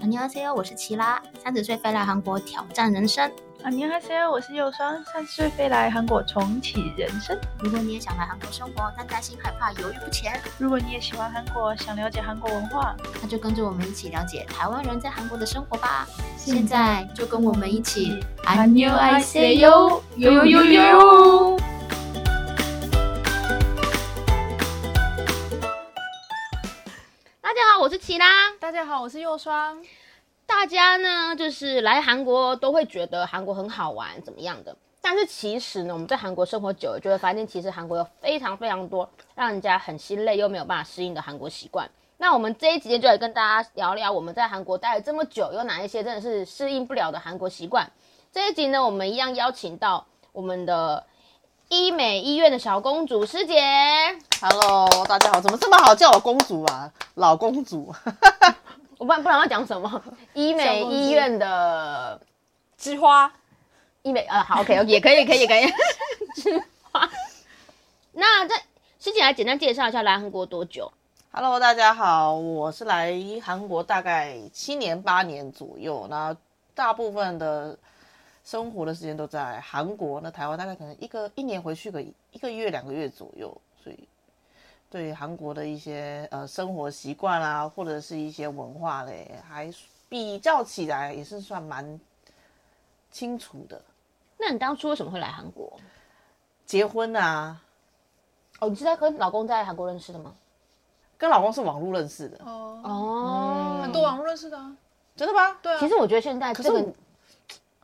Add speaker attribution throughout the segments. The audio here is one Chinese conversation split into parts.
Speaker 1: 안녕하세요，我是齐拉，三十岁飞来韩国挑战人生。
Speaker 2: 啊，你好，C 我是右双，三十岁飞来韩国重启人生。
Speaker 1: 如果你也想来韩国生活，但担心害怕、犹豫不前，
Speaker 2: 如果你也喜欢韩国，想了解韩国文化，
Speaker 1: 那就跟着我们一起了解台湾人在韩国的生活吧。现在就跟我们一起，안녕하세 요，呦呦呦。
Speaker 3: 大家好，我是齐拉。
Speaker 2: 大家好，我是右双。
Speaker 3: 大家呢，就是来韩国都会觉得韩国很好玩，怎么样的？但是其实呢，我们在韩国生活久了，就会发现，其实韩国有非常非常多让人家很心累又没有办法适应的韩国习惯。那我们这一集就来跟大家聊聊，我们在韩国待了这么久，有哪一些真的是适应不了的韩国习惯？这一集呢，我们一样邀请到我们的医美医院的小公主师姐。
Speaker 4: Hello，大家好，怎么这么好叫我公主啊？老公主，
Speaker 3: 我不然不然要讲什么？医美医院的
Speaker 5: 之花，
Speaker 3: 医美啊，好，OK，也可以，可以，可以。 那这师姐来简单介绍一下来韩国多久？
Speaker 4: Hello，大家好，我是来韩国大概七年八年左右，那大部分的生活的时间都在韩国。那台湾大概可能一个一年回去个一个月两个月左右，所以对韩国的一些呃生活习惯啊，或者是一些文化嘞，还比较起来也是算蛮清楚的。
Speaker 3: 那你当初为什么会来韩国？
Speaker 4: 结婚啊，
Speaker 3: 哦，你是在跟老公在韩国认识的吗？
Speaker 4: 跟老公是网络认识的，
Speaker 2: 哦，
Speaker 3: 哦，
Speaker 2: 很多网络认识的啊，
Speaker 4: 真的吗？
Speaker 2: 对啊，
Speaker 3: 其实我觉得现在这
Speaker 4: 可是
Speaker 3: 个
Speaker 4: 我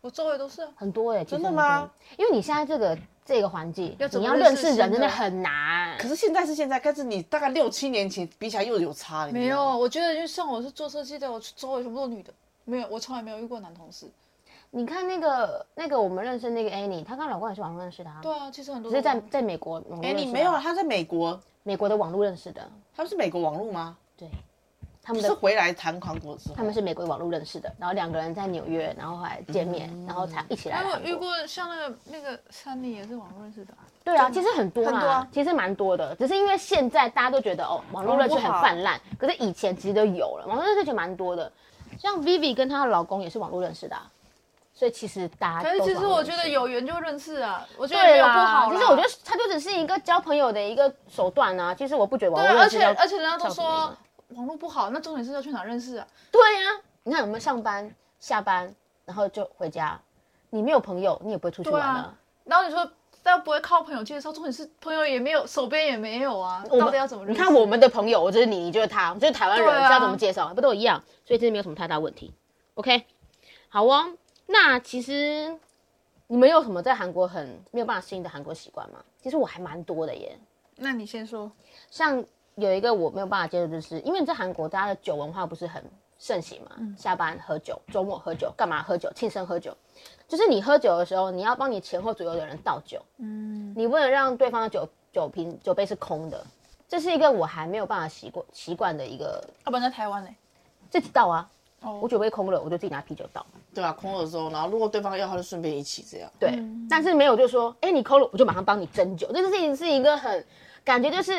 Speaker 2: 我周围都是啊。
Speaker 3: 很多哎、其实
Speaker 4: 真的
Speaker 3: 很
Speaker 4: 吗
Speaker 3: 多？因为你现在这个这个环境，
Speaker 2: 要怎
Speaker 3: 你
Speaker 2: 么
Speaker 3: 要
Speaker 2: 认
Speaker 3: 认
Speaker 2: 识
Speaker 3: 识人
Speaker 2: 新
Speaker 3: 真
Speaker 2: 的
Speaker 3: 的很难。
Speaker 4: 可是现在是现在，但是你大概六七年前比起来又有差，你
Speaker 2: 没
Speaker 4: 知道吗
Speaker 2: 有，我觉得就像我是做设计的，我周围全部都是女的，没有，我从来没有遇过男同事。
Speaker 3: 你看那个那个我们认识那个 Annie，她跟老公也是网络认识的、啊，
Speaker 2: 对，啊，其实很多
Speaker 3: 只是在在美国网络
Speaker 4: 哎，
Speaker 3: 认识
Speaker 4: 你
Speaker 3: 的啊
Speaker 4: 没有，他在美国，
Speaker 3: 美国的网络认识的，
Speaker 4: 他们是美国网络吗？
Speaker 3: 对，他
Speaker 4: 不
Speaker 3: 们
Speaker 4: 是
Speaker 3: 的
Speaker 4: 回来谈韩国之后，
Speaker 3: 他们是美国网络认识的，然后两个人在纽约，然后后来见面，然后才一起来
Speaker 2: 还
Speaker 3: 韩
Speaker 2: 哎有
Speaker 3: 国。
Speaker 2: 遇过像那个那个山里也是网络认识的啊，
Speaker 3: 对啊，其实很多啦，
Speaker 2: 很多啊
Speaker 3: 其实蛮多的，只是因为现在大家都觉得哦，网络认识很泛
Speaker 2: 哦
Speaker 3: 滥，可是以前其实都有了，网络认识就蛮多的。像 Vivi 跟她的老公也是网络认识的、啊，所以其实大家
Speaker 2: 可
Speaker 3: 都
Speaker 2: 是其
Speaker 3: 网
Speaker 2: 实
Speaker 3: 络
Speaker 2: 我
Speaker 3: 认识
Speaker 2: 觉得有缘就认识啊，我觉得没
Speaker 3: 对
Speaker 2: 有不
Speaker 3: 啦，
Speaker 2: 好
Speaker 3: 其
Speaker 2: 啦。
Speaker 3: 实我觉得它就只是一个交朋友的一个手段啊。其实我不觉得网
Speaker 2: 对
Speaker 3: 络
Speaker 2: 啊，而
Speaker 3: 认识
Speaker 2: 且
Speaker 3: 要
Speaker 2: 而且人家都
Speaker 3: 叫什么
Speaker 2: 说
Speaker 3: 名
Speaker 2: 网络不好，那重点是要去哪认识啊？
Speaker 3: 对啊，你看我们上班、下班，然后就回家，你没有朋友，你也不会出去
Speaker 2: 对
Speaker 3: 玩
Speaker 2: 啊
Speaker 3: 啊。
Speaker 2: 然后你说，但不会靠朋友介绍，重点是朋友也没有，手边也没有啊，
Speaker 3: 我们
Speaker 2: 到底要怎么认
Speaker 3: 你
Speaker 2: 识？
Speaker 3: 看我们的朋友，我就是你，你就是他，就是台湾人，
Speaker 2: 对啊
Speaker 3: 这要怎么介绍，不都一样？所以这没有什么太大问题。OK，好哦。那其实你们有什么在韩国很没有办法适应的韩国习惯吗？其实我还蛮多的耶，
Speaker 2: 那你先说，
Speaker 3: 像有一个我没有办法接受，就是因为在韩国大家的酒文化不是很盛行嘛，
Speaker 2: 嗯
Speaker 3: 下班喝酒，周末喝酒，干嘛喝酒，庆生喝酒，就是你喝酒的时候，你要帮你前后左右的人倒酒，
Speaker 2: 嗯，
Speaker 3: 你不能让对方的酒酒瓶酒杯是空的，这是一个我还没有办法习惯习惯的一个
Speaker 2: 要不然在台湾呢？
Speaker 3: 自己倒啊。
Speaker 2: 哦
Speaker 3: 我酒杯空了，我就自己拿啤酒倒。
Speaker 4: 对啊，空了之后，然后如果对方要，他就顺便一起这样。
Speaker 3: 对，但是没有就说，哎、你空了，我就马上帮你斟酒。这件事情是一个很感觉就是，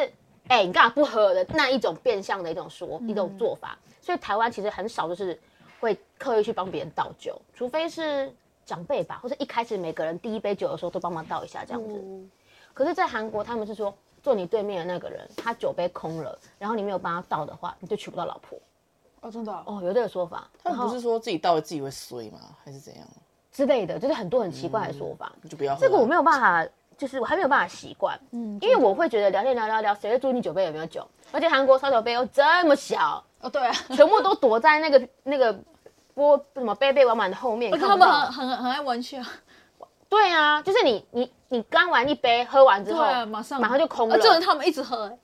Speaker 3: 哎、你干嘛不喝的那一种变相的一种说、一种做法。所以台湾其实很少就是会刻意去帮别人倒酒，除非是长辈吧，或者一开始每个人第一杯酒的时候都帮忙倒一下这样子。可是，在韩国他们是说，坐你对面的那个人，他酒杯空了，然后你没有帮他倒的话，你就娶不到老婆。
Speaker 2: 哦，真的啊，
Speaker 3: 哦，有这个说法，
Speaker 4: 他
Speaker 3: 然
Speaker 4: 们不
Speaker 3: 后
Speaker 4: 是说自己到底自己会衰吗？还是怎样？
Speaker 3: 之类的，就是很多很奇怪的说法。
Speaker 4: 你就不要喝啊
Speaker 3: 这个我没有办法，就是我还没有办法习惯，
Speaker 2: 嗯
Speaker 3: 因为我会觉得聊天聊聊聊，谁会注意你酒杯有没有酒？而且韩国烧酒杯又这么小，
Speaker 2: 哦对啊，
Speaker 3: 全部都躲在那个那个波什么杯杯碗碗的后面，
Speaker 2: 而且
Speaker 3: 看
Speaker 2: 哦他
Speaker 3: 不
Speaker 2: 们
Speaker 3: 到。
Speaker 2: 很很很爱玩去啊，
Speaker 3: 对啊，就是你你你干完一杯，喝完之后，
Speaker 2: 对啊马上哦
Speaker 3: 马上就空了
Speaker 2: 而。且他们一直喝，哎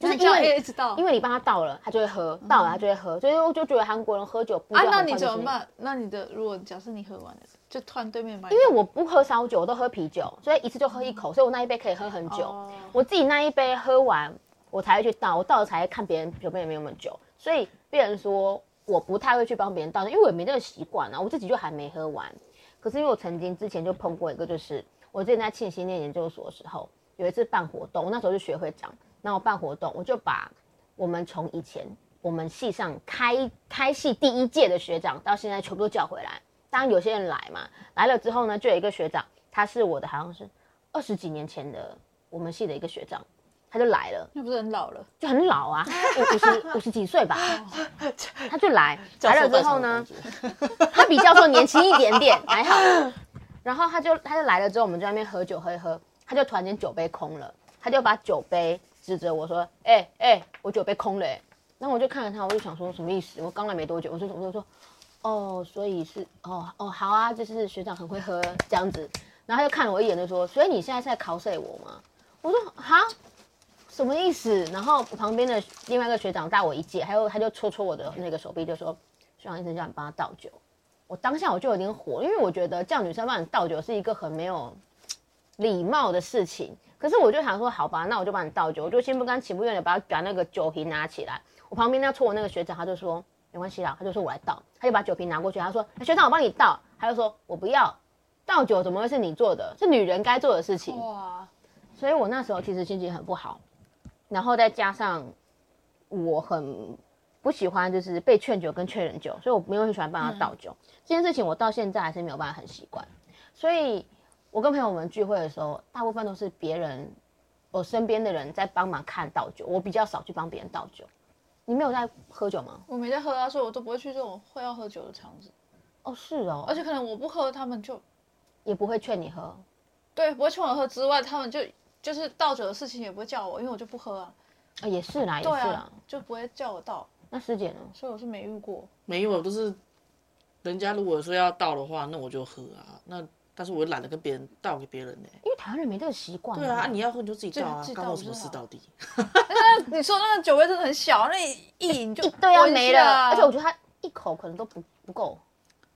Speaker 3: 就是
Speaker 2: 这样
Speaker 3: 因为
Speaker 2: 一直到
Speaker 3: 因为你帮他倒了，他就会喝；倒了他就会喝，所以我就觉得韩国人喝酒不
Speaker 2: 嗯啊，那你怎么？办？那你的如果假设你喝完了，就突然对面买，因
Speaker 3: 因为我不喝烧酒，我都喝啤酒，所以一次就喝一口，所以我那一杯可以喝很久。
Speaker 2: 哦
Speaker 3: 我自己那一杯喝完，我才会去倒，我倒了才会看别人酒杯里面有没有酒。所以别人说我不太会去帮别人倒，因为我也没这个习惯啊，我自己就还没喝完。可是因为我曾经之前就碰过一个，就是我之前在庆熙念研究所的时候，有一次办活动，我那时候是学会长，然后我办活动，我就把我们从以前我们系上开开系第一届的学长，到现在全部都叫回来。当然有些人来嘛，来了之后呢，就有一个学长，他是我的好像是二十几年前的我们系的一个学长，他就来了，
Speaker 2: 那不是很老了？
Speaker 3: 就很老 啊，五五十五十几岁吧，他就 来来了之后呢，
Speaker 4: 教授带什么工作？
Speaker 3: 他比教授年轻一点点，还好。然后他就他就来了之后，我们就在那边喝酒喝一喝，他就突然间酒杯空了，他就把酒杯指着我说：“哎、哎、我酒杯空了、欸。”然后我就看着他，我就想说什么意思？我刚来没多久，我就我就说：“哦，所以是哦哦好啊，就是学长很会喝这样子。”然后他就看了我一眼，就说：“所以你现在是在 cos 我吗？”我说：“哈，什么意思？”然后旁边的另外一个学长大我一届，还有他就戳戳我的那个手臂，就说：“学长医生叫你帮他倒酒。”我当下我就有点火，因为我觉得叫女生帮你倒酒是一个很没有礼貌的事情。可是我就想说，好吧，那我就帮你倒酒，我就心不甘情不愿的把把那个酒瓶拿起来。我旁边那搓我那个学长，他就说没关系啦，他就说我来倒，他就把酒瓶拿过去，他说、哎学长我帮你倒，他就说我不要，倒酒怎么会是你做的？是女人该做的事情。
Speaker 2: 哇，
Speaker 3: 所以我那时候其实心情很不好，然后再加上我很不喜欢就是被劝酒跟劝人酒，所以我没有很喜欢帮他倒酒、这件事情，我到现在还是没有办法很习惯。所以我跟朋友们聚会的时候，大部分都是别人我身边的人在帮忙看倒酒，我比较少去帮别人倒酒。你没有在喝酒吗？
Speaker 2: 我没在喝啊，所以我都不会去这种会要喝酒的场子，
Speaker 3: 哦，是哦，
Speaker 2: 而且可能我不喝，他们就
Speaker 3: 也不会劝你喝。
Speaker 2: 对不会劝我喝之外，他们就就是倒酒的事情也不会叫我，因为我就不喝啊，
Speaker 3: 啊，也是啦，也
Speaker 2: 对
Speaker 3: 是啦。
Speaker 2: 啊，就不会叫我倒，
Speaker 3: 那师姐呢？
Speaker 2: 所以我是没遇过。
Speaker 4: 没有，就是人家如果说要倒的话，那我就喝啊。那但是我懒得跟别人倒给别人呢、
Speaker 3: 因为台湾人没这个习惯嘛。
Speaker 4: 对啊，啊你要喝你就自己倒啊
Speaker 2: 自，己倒
Speaker 4: 干我
Speaker 2: 不
Speaker 4: 什么
Speaker 2: 是
Speaker 4: 事
Speaker 2: 好
Speaker 4: 到底？
Speaker 2: 你说那个酒杯真的很小，那一一饮就
Speaker 3: 一对啊
Speaker 2: 闻一
Speaker 3: 没
Speaker 2: 下
Speaker 3: 了，
Speaker 2: 啊
Speaker 3: 而且我觉得他一口可能都不不够，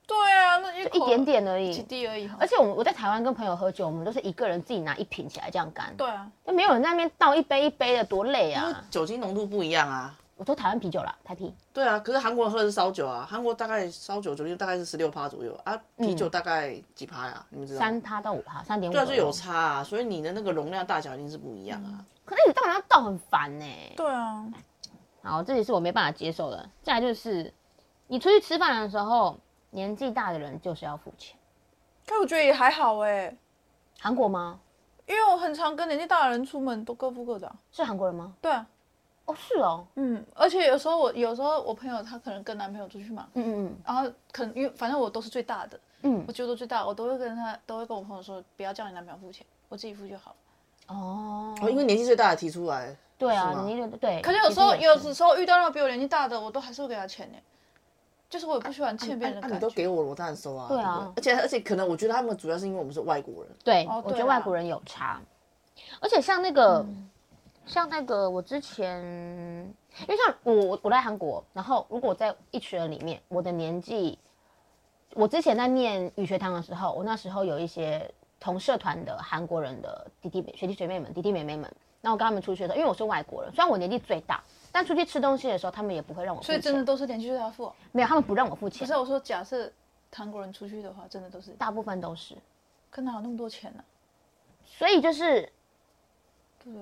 Speaker 2: 对啊，那一
Speaker 3: 就一点点而
Speaker 2: 几
Speaker 3: 已。
Speaker 2: 滴而已哈，
Speaker 3: 而且我我在台湾跟朋友喝酒，我们都是一个人自己拿一瓶起来这样干，
Speaker 2: 对啊，
Speaker 3: 就没有人在那边倒一杯一杯的，多累啊！
Speaker 4: 酒精浓度不一样啊。
Speaker 3: 我说台湾啤酒啦，台啤，
Speaker 4: 对啊，可是韩国喝的是烧酒啊，韩国大概烧酒酒精大概是十六趴左右啊，啤酒大概几趴呀、你们知道
Speaker 3: 嗯
Speaker 4: 吗？
Speaker 3: 三趴到五趴，三点五。
Speaker 4: 啊对啊，就有差啊，所以你的那个容量大小一定是不一样啊。
Speaker 3: 可是你倒要倒很烦呢、
Speaker 2: 对啊，
Speaker 3: 好，这也是我没办法接受的。再来就是，你出去吃饭的时候，年纪大的人就是要付钱。
Speaker 2: 但我觉得也还好哎，
Speaker 3: 韩国吗？
Speaker 2: 因为我很常跟年纪大的人出门，都各付各的啊，
Speaker 3: 是韩国人吗？
Speaker 2: 对啊，
Speaker 3: 哦，是哦，
Speaker 2: 嗯，而且有时候我有时候我朋友她可能跟男朋友出去嘛，
Speaker 3: 嗯嗯
Speaker 2: 然后可能因为反正我都是最大的，
Speaker 3: 嗯
Speaker 2: 我觉得最大，我都会跟他都会跟我朋友说，不要叫你男朋友付钱，我自己付就好。
Speaker 3: 嗯，哦，
Speaker 4: 哦，因为年纪最大的提出来，
Speaker 3: 对
Speaker 4: 是
Speaker 3: 啊，
Speaker 4: 吗
Speaker 3: 你就对。
Speaker 2: 可是有时候
Speaker 3: 其实也
Speaker 2: 有
Speaker 3: 是
Speaker 2: 时候遇到那种比我年纪大的，我都还是会给他钱呢，就是我也不喜欢欠别人的
Speaker 4: 哎那、
Speaker 2: 感
Speaker 4: 你
Speaker 2: 觉。
Speaker 4: 都给我了，我当然收啊。
Speaker 3: 对
Speaker 4: 对
Speaker 3: 啊
Speaker 4: 不对而且而且可能我觉得他们主要是因为我们是外国人，
Speaker 3: 对，
Speaker 2: 哦
Speaker 3: 我
Speaker 2: 对嗯
Speaker 3: 觉得
Speaker 2: 啦
Speaker 3: 外国人有差，而且像那个，像那个，我之前，因为像我我我在韩国，然后如果在一群人里面，我的年纪，我之前在念语学堂的时候，我那时候有一些同社团的韩国人的弟弟学弟学妹们、弟弟妹妹们，那我跟他们出去的时候，因为我是外国人，虽然我年纪最大，但出去吃东西的时候，他们也不会让我付
Speaker 2: 所以
Speaker 3: 钱，
Speaker 2: 真的都是连续对他付哦、
Speaker 3: 没有，他们不让我付
Speaker 2: 可
Speaker 3: 钱
Speaker 2: 是，我说，假设韩国人出去的话，真的都是
Speaker 3: 大部分都是。
Speaker 2: 可哪有那么多钱呢、
Speaker 3: 所以就是，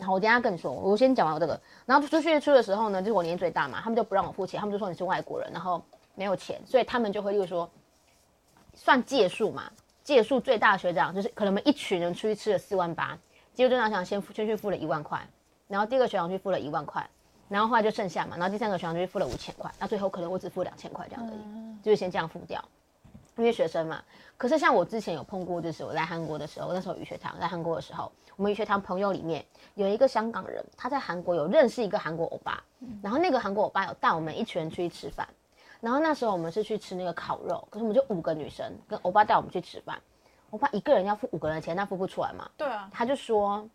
Speaker 3: 好，我等一下跟你说，我先讲完我这个。然后出去出的时候呢，就是我年纪最大嘛，他们就不让我付钱，他们就说你是外国人，然后没有钱，所以他们就会又说，算借数嘛，借数最大的学长就是可能我们一群人出去吃了四万八，结果队长想先付先去付了一万块，然后第二个学长去付了一万块，然后后来就剩下嘛，然后第三个学长就去付了五千块，那最后可能我只付两千块这样而已，就是先这样付掉。因为学生嘛，可是像我之前有碰过，就是我在韩国的时候，那时候语学堂在韩国的时候，我们语学堂朋友里面有一个香港人，他在韩国有认识一个韩国欧巴，然后那个韩国欧巴有带我们一群人出去吃饭，然后那时候我们是去吃那个烤肉，可是我们就五个女生跟欧巴带我们去吃饭，欧巴一个人要付五个人的钱，那付不出来嘛，
Speaker 2: 对啊，
Speaker 3: 他就说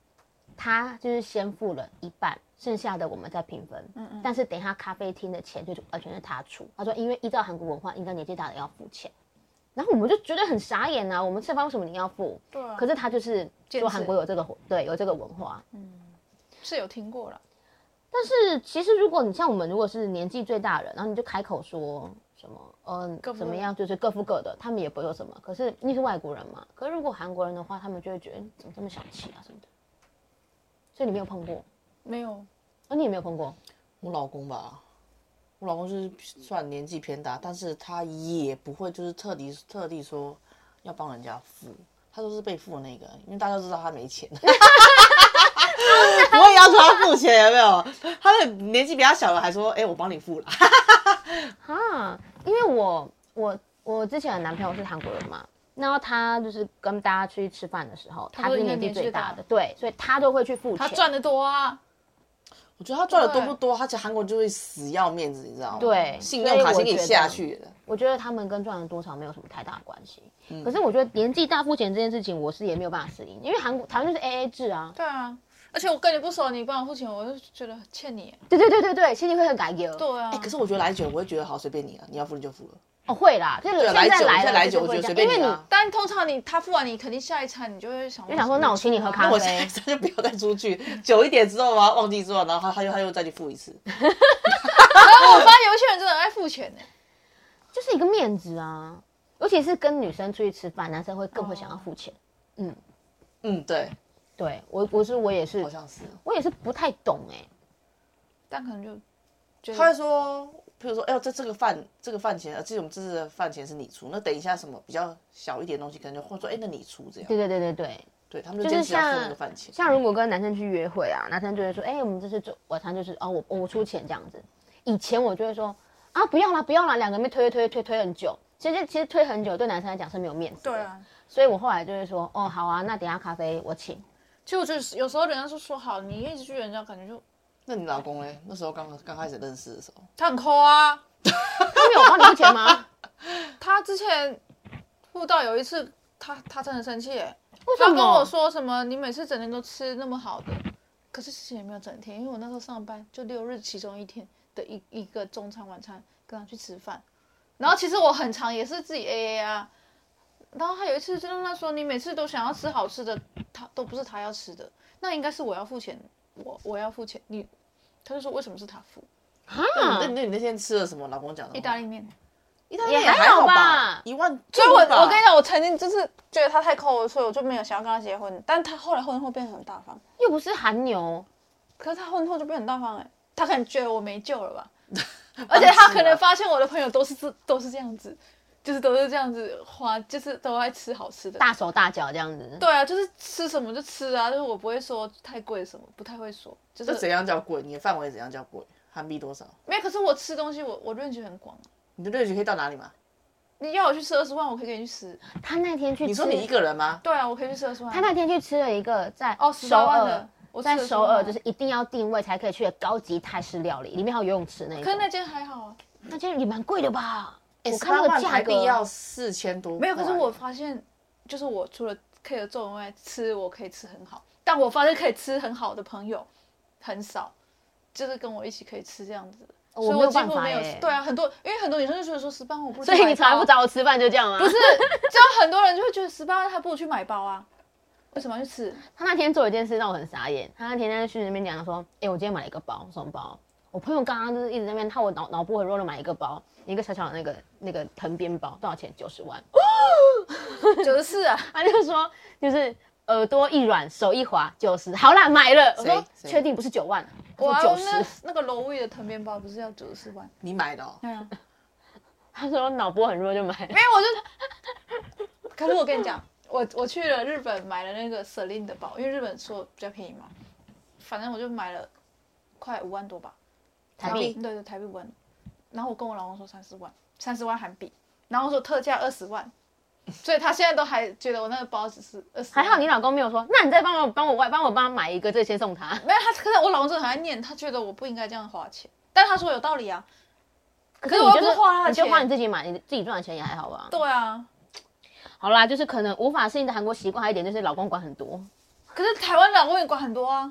Speaker 3: 他就是先付了一半，剩下的我们再平分。嗯嗯。但是等一下咖啡厅的钱就是完全是他出。他说因为依照韩国文化，应该年纪大的要付钱。然后我们就觉得很傻眼啊！我们吃饭为什么你要付？
Speaker 2: 对啊，
Speaker 3: 可是他就是
Speaker 2: 持
Speaker 3: 说韩国有这个对有这个文化，
Speaker 2: 是有听过了，
Speaker 3: 但是其实如果你像我们如果是年纪最大的人，然后你就开口说什么嗯、
Speaker 2: 各付
Speaker 3: 怎么
Speaker 2: 各的
Speaker 3: 样，就是各付各的，他们也不会说什么。可是你是外国人嘛，可是如果韩国人的话，他们就会觉得嗯怎么这么小气啊什么的。所以你没有碰过。
Speaker 2: 没有
Speaker 3: 啊，你也没有碰过，
Speaker 4: 我老公吧，我老公就是算年纪偏大，但是他也不会就是特地特地说要帮人家付，他都是被付的那个，因为大家都知道他没钱， 我也要求他付钱，有没有？他的年纪比他小的还说，哎、我帮你付了，
Speaker 3: 啊，因为我我我之前的男朋友是韩国人嘛，然后他就是跟大家出去吃饭的时候，
Speaker 2: 他
Speaker 3: 他
Speaker 2: 都
Speaker 3: 是
Speaker 2: 应该
Speaker 3: 年纪
Speaker 2: 年纪
Speaker 3: 最
Speaker 2: 大
Speaker 3: 大的，对，所以他都会去付
Speaker 2: 他
Speaker 3: 钱。
Speaker 2: 赚的多啊，
Speaker 4: 我觉得他赚的多不多，他且韩国就会死要面子，你知道吗？
Speaker 3: 对
Speaker 4: 信用卡
Speaker 3: 所
Speaker 4: 先
Speaker 3: 以我
Speaker 4: 给你
Speaker 3: 觉得
Speaker 4: 下去了。
Speaker 3: 我觉得他们跟赚了多少没有什么太大的关系。可是我觉得年纪大付钱这件事情，我是也没有办法适应，因为韩国台湾就是 A A 制啊。
Speaker 2: 对啊，而且我跟你不熟，你帮我付钱，我就觉得欠你。
Speaker 3: 对对对对对，心里会很改变。
Speaker 2: 对啊，
Speaker 4: 哎、可是我觉得来久，我会觉得好随便你啊，你要付你就付了。啊
Speaker 3: 哦，会啦，就是现
Speaker 4: 来
Speaker 3: 在
Speaker 4: 久
Speaker 3: 来
Speaker 4: 再
Speaker 3: 了，
Speaker 4: 来久，
Speaker 3: 就
Speaker 4: 我
Speaker 3: 是
Speaker 4: 觉
Speaker 3: 会这
Speaker 4: 得随便
Speaker 3: 样因
Speaker 4: 你
Speaker 3: 为你
Speaker 4: 啊。
Speaker 2: 但通常你他付完，你肯定下一餐你就会想，
Speaker 3: 就想说那我请你喝咖
Speaker 2: 啊
Speaker 4: 我
Speaker 3: 啡
Speaker 4: 现在就不要再出去，久一点之后我要忘记之后，然后他他又他又再去付一次。
Speaker 2: 我发现有些人真的很爱付钱呢。
Speaker 3: 就是一个面子啊，尤其是跟女生出去吃饭，男生会更会想要付钱。
Speaker 4: 嗯，对，
Speaker 3: 对我，我是我也是
Speaker 4: 好，像是。哦
Speaker 3: 我也是不太懂哎、
Speaker 2: 但可能就觉
Speaker 4: 他会
Speaker 2: 得
Speaker 4: 说，譬如说，哎呦，这这个饭这个饭钱，呃，这种这次的饭钱是你出，那等一下什么比较小一点的东西，可能就或者说，哎，那你出这样。
Speaker 3: 对对对对对，
Speaker 4: 对他们就
Speaker 3: 就是
Speaker 4: 坚持要付那
Speaker 3: 像
Speaker 4: 个饭钱。
Speaker 3: 像如果跟男生去约会啊，男生就会说，哎、我们这次做晚餐就是哦，我我出钱这样子。以前我就会说啊，不要啦不要啦，两个人被推推推推很久，其实其实推很久对男生来讲是没有面子。
Speaker 2: 对，啊。
Speaker 3: 所以我后来就会说，哦好啊，那等一下咖啡我请。
Speaker 2: 其实我觉得有时候人家说说好，你一直去人家，感觉就
Speaker 4: 那你老公嘞？那时候刚刚开始认识的时候，
Speaker 2: 他很抠啊。
Speaker 3: 他没有帮你付钱吗？
Speaker 2: 他之前付到有一次，他他真的生气耶，
Speaker 3: 为
Speaker 2: 他
Speaker 3: 什
Speaker 2: 跟我
Speaker 3: 么？
Speaker 2: 说什么你每次整天都吃那么好的，可是其实也没有整天，因为我那时候上班就六日其中一天的一一个中餐晚餐跟他去吃饭，然后其实我很常也是自己 A A 啊，然后他有一次就跟他说你每次都想要吃好吃的，他都不是他要吃的，那应该是我要付钱，我我要付钱，你他就说为什么是他付？
Speaker 4: 那
Speaker 2: 嗯
Speaker 3: 啊
Speaker 4: 你那你那天吃了什么？老公讲的
Speaker 2: 意大利面。
Speaker 4: 意大利面
Speaker 3: 也还
Speaker 4: 还
Speaker 3: 好
Speaker 4: 好
Speaker 3: 吧
Speaker 4: 一万
Speaker 2: 所以
Speaker 4: 多
Speaker 2: 我
Speaker 4: 吧。
Speaker 2: 我跟你讲，我曾经就是觉得他太抠了，所以我就没有想要跟他结婚。但他后来婚后变得很大方，
Speaker 3: 又不是韩牛，
Speaker 2: 可是他婚后就变很大方哎、他可能觉得我没救了吧，
Speaker 4: 当
Speaker 2: 而
Speaker 4: 时
Speaker 2: 且
Speaker 4: 啊，
Speaker 2: 他可能发现我的朋友都是这都是这样子，就是都是这样子花，就是都爱吃好吃的。
Speaker 3: 大手大脚这样子。
Speaker 2: 对啊，就是吃什么就吃啊，就是我不会说太贵什么，不太会说，就
Speaker 4: 这
Speaker 2: 是
Speaker 4: 怎样叫贵？你的范围怎样叫贵？韩币多少？
Speaker 2: 没有。可是我吃东西我我认知很广啊、
Speaker 4: 你的 range 可以到哪里吗？
Speaker 2: 你要我去吃二十万，我可以给你去吃。
Speaker 3: 他那天去吃，
Speaker 4: 你说你一个人吗？
Speaker 2: 对啊，我可以去吃二十万。
Speaker 3: 他那天去吃了一个在
Speaker 2: 哦，十
Speaker 3: 首
Speaker 2: 八万
Speaker 3: 尔
Speaker 2: 的，，我吃
Speaker 3: 在
Speaker 2: 了
Speaker 3: 首尔
Speaker 2: 18万
Speaker 3: 就是，一定要定位才可以去的高级泰式料理，里面还有游泳池那一
Speaker 2: 可是
Speaker 3: 种，
Speaker 2: 那间还好啊。
Speaker 3: 那间也蛮贵的吧？
Speaker 4: 哎
Speaker 3: 我看那
Speaker 4: 18
Speaker 3: 个
Speaker 4: 万
Speaker 3: 价
Speaker 4: 台
Speaker 3: 格
Speaker 4: 币要四千多块，
Speaker 2: 没有，可是我发现，就是我除了 care 做以外，吃我可以吃很好，但我发现可以吃很好的朋友很少，就是跟我一起可以吃这样子的，
Speaker 3: 哦
Speaker 2: 所
Speaker 3: 我
Speaker 2: 以
Speaker 3: 没有
Speaker 2: 几
Speaker 3: 办
Speaker 2: 乎
Speaker 3: 法
Speaker 2: 没有。
Speaker 3: 耶。
Speaker 2: 对啊，很多因为很多女生就觉得说十八万我不如去
Speaker 3: 所以
Speaker 2: 买
Speaker 3: 你从来
Speaker 2: 包
Speaker 3: 不找我吃饭就这样吗？不
Speaker 2: 不是，这样很多人就会觉得十八万还不如去买包啊，为什么要去吃？
Speaker 3: 他那天做一件事让我很傻眼，他那天在去那边讲说，哎、我今天买了一个包，什么包？我朋友刚刚就是一直在那边，他我脑脑部很弱的买一个包，一个小小的那个那个藤编包，多少钱？九十万。
Speaker 2: 九十四啊，
Speaker 3: 他就说就是耳朵一软，手一滑，九十，好啦，买了。我说
Speaker 4: 谁谁
Speaker 3: 确定不是九万， 我
Speaker 2: 我
Speaker 3: 说
Speaker 2: 要
Speaker 3: 九
Speaker 2: 那
Speaker 3: 十。
Speaker 2: 那个楼位的藤面包不是要九十四万？
Speaker 4: 你买的哦。
Speaker 2: 对啊，
Speaker 3: 他说脑波很弱就买了。
Speaker 2: 没有，我就， 可是我跟你讲，我我去了日本买了那个 Celine 的包，因为日本说比较便宜嘛，反正我就买了快五万多吧，
Speaker 3: 台
Speaker 2: 然
Speaker 3: 币
Speaker 2: 后对对，台币五万，然后我跟我老公说三十万，三十万韩币，然后我说特价二十万，所以他现在都还觉得我那个包只是二十，
Speaker 3: 还好你老公没有说，那你再帮我帮我外帮我帮他买一个，这些送他。
Speaker 2: 没有他，可是我老公真的很爱念，他觉得我不应该这样花钱，但他说有道理啊，
Speaker 3: 可
Speaker 2: 是我又不是花他的
Speaker 3: 你就
Speaker 2: 钱
Speaker 3: 花你自己买，你自己赚的钱也还好吧。
Speaker 2: 对啊，
Speaker 3: 好啦，就是可能无法适应的韩国习惯，还有一点就是老公管很多。
Speaker 2: 可是台湾老公也管很多啊，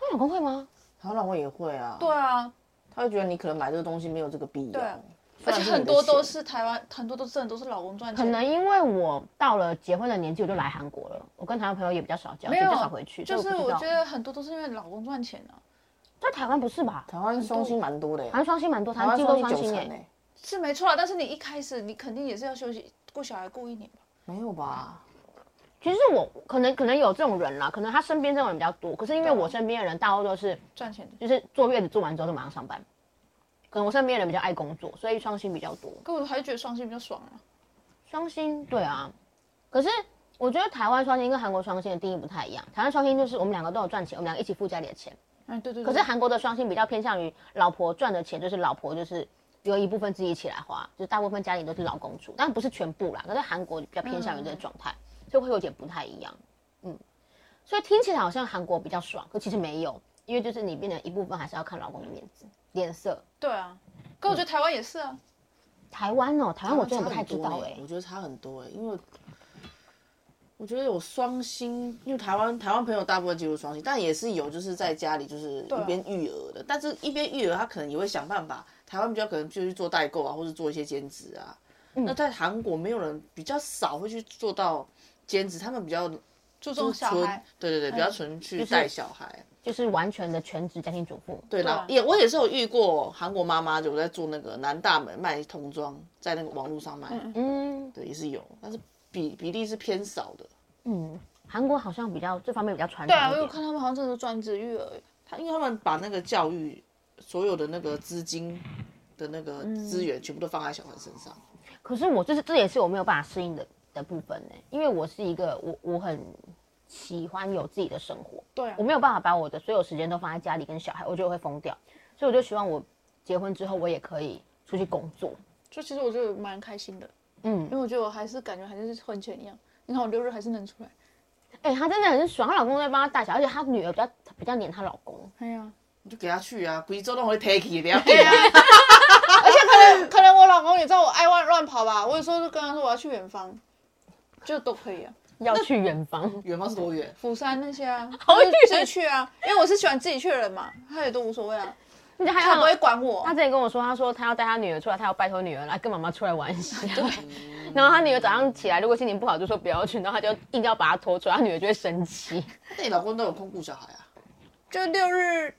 Speaker 3: 那老公会吗？
Speaker 4: 他老公也会啊，
Speaker 2: 对啊，
Speaker 4: 他会觉得你可能买这个东西没有这个必要
Speaker 2: 对啊，
Speaker 4: 虽
Speaker 2: 而
Speaker 4: 然
Speaker 2: 且
Speaker 4: 是你的
Speaker 2: 很多都
Speaker 4: 钱
Speaker 2: 是台湾，很多都真的都是老公赚
Speaker 3: 可
Speaker 2: 钱。
Speaker 3: 能因为我到了结婚的年纪，我就来韩国了，我跟台湾朋友也比较少交，
Speaker 2: 没
Speaker 3: 比
Speaker 2: 有
Speaker 3: 较少回去，
Speaker 2: 就是
Speaker 3: 所以我不
Speaker 2: 我
Speaker 3: 知道
Speaker 2: 觉得很多都是因为老公赚钱啊，
Speaker 3: 在台湾不是吧？
Speaker 4: 台湾双薪蛮多的耶，
Speaker 3: 台湾双薪蛮多，台
Speaker 4: 台
Speaker 3: 湾
Speaker 4: 湾
Speaker 3: 几乎都
Speaker 4: 薪
Speaker 3: 双
Speaker 4: 九
Speaker 3: 薪
Speaker 4: 成
Speaker 3: 诶、
Speaker 2: 欸
Speaker 4: 诶，
Speaker 2: 是没错啊。但是你一开始你肯定也是要休息，顾小孩顾一年吧。
Speaker 4: 没有吧？
Speaker 3: 其实我可能可能有这种人啦，可能他身边这
Speaker 2: 啊
Speaker 3: 种人比较多。可是因为我身边的人大多都是
Speaker 2: 赚钱的，
Speaker 3: 就是坐月子做完之后就马上上班，可能我身边人比较爱工作，所以双薪比较多。
Speaker 2: 可我还是觉得双薪比较爽啊。
Speaker 3: 双薪，对啊。可是我觉得台湾双薪跟韩国双薪的定义不太一样。台湾双薪就是我们两个都有赚钱，我们两个一起付家里的钱。
Speaker 2: 哎，对对
Speaker 3: 可
Speaker 2: 对。
Speaker 3: 是韩国的双薪比较偏向于老婆赚的钱，就是老婆就是有一部分自己起来花，就是大部分家里都是老公出，但不是全部啦。可是韩国比较偏向于这个状态，所以会有点不太一样。嗯，所以听起来好像韩国比较爽，可其实没有，因为就是你变成一部分还是要看老公的面子脸色。
Speaker 2: 对啊，可我觉得台湾也是啊。
Speaker 3: 台湾哦，台湾我真的不太知道哎、
Speaker 4: 哎，我觉得差很多哎、因为我觉得有双薪，因为台湾台湾朋友大部分进入双薪，但也是有就是在家里就是
Speaker 2: 啊
Speaker 4: 一边育儿的，但是一边育儿他可能也会想办法，台湾比较可能就去做代购啊，或者做一些兼职啊。
Speaker 3: 嗯
Speaker 4: 那在韩国没有人比较少会去做到兼职，他们比较
Speaker 2: 注重小
Speaker 4: 纯
Speaker 2: 孩，
Speaker 4: 对
Speaker 3: 哎
Speaker 4: 对对，比较纯去带小孩。
Speaker 3: 就是完全的全职家庭主妇。
Speaker 4: 对
Speaker 2: 对
Speaker 4: 啦
Speaker 2: 啊，
Speaker 4: 也我也是有遇过韩国妈妈，有在做那个南大门卖童装，在那个网络上卖，
Speaker 3: 嗯
Speaker 4: 对，也是有，但是比比例是偏少的。
Speaker 3: 嗯，韩国好像比较这方面比较传统一
Speaker 2: 对啊，
Speaker 3: 点。
Speaker 2: 因为我看他们好像真的是专职育儿，欸
Speaker 4: 他因为他们把那个教育所有的那个资金的那个
Speaker 3: 嗯
Speaker 4: 资源全部都放在小孩身上，
Speaker 3: 可是我就是这也是我没有办法适应的的部分呢、因为我是一个我我很喜欢有自己的生活，
Speaker 2: 对啊
Speaker 3: 我，没有办法把我的所有时间都放在家里跟小孩，我觉得我会疯掉，所以我就希望我结婚之后我也可以出去工作。
Speaker 2: 就其实我觉得蛮开心的，
Speaker 3: 嗯
Speaker 2: 因，为我觉得我还是感觉还是婚前一样。你看我六日还是能出来，
Speaker 3: 哎、她真的很爽，她老公在帮她带小孩，而且她女儿比较比较黏她老公，
Speaker 2: 哎呀，
Speaker 4: 你就给他去啊，贵州都会 take 不要给啊，
Speaker 2: 而且可能可能我老公也知道我爱乱乱跑吧，我有时候就跟他说我要去远方，就都可以啊，
Speaker 3: 要去远 方。
Speaker 4: 远方是多远？
Speaker 2: 釜山那些啊，
Speaker 3: 好
Speaker 2: 他就
Speaker 3: 远
Speaker 2: 自己去啊，因为我是喜欢自己去的人嘛，他也都无所谓啊，
Speaker 3: 你还
Speaker 2: 他也不会
Speaker 3: 有，
Speaker 2: 管我
Speaker 3: 她。之前跟我说，她说她要带她女儿出来，她要拜托女儿来跟妈妈出来玩一下。 然后她女儿早上起来，如果心情不好，就说不要去，然后她就硬要把她拖出来，她女儿就会生气。
Speaker 4: 那你老公都有空顾小孩啊？
Speaker 2: 就六日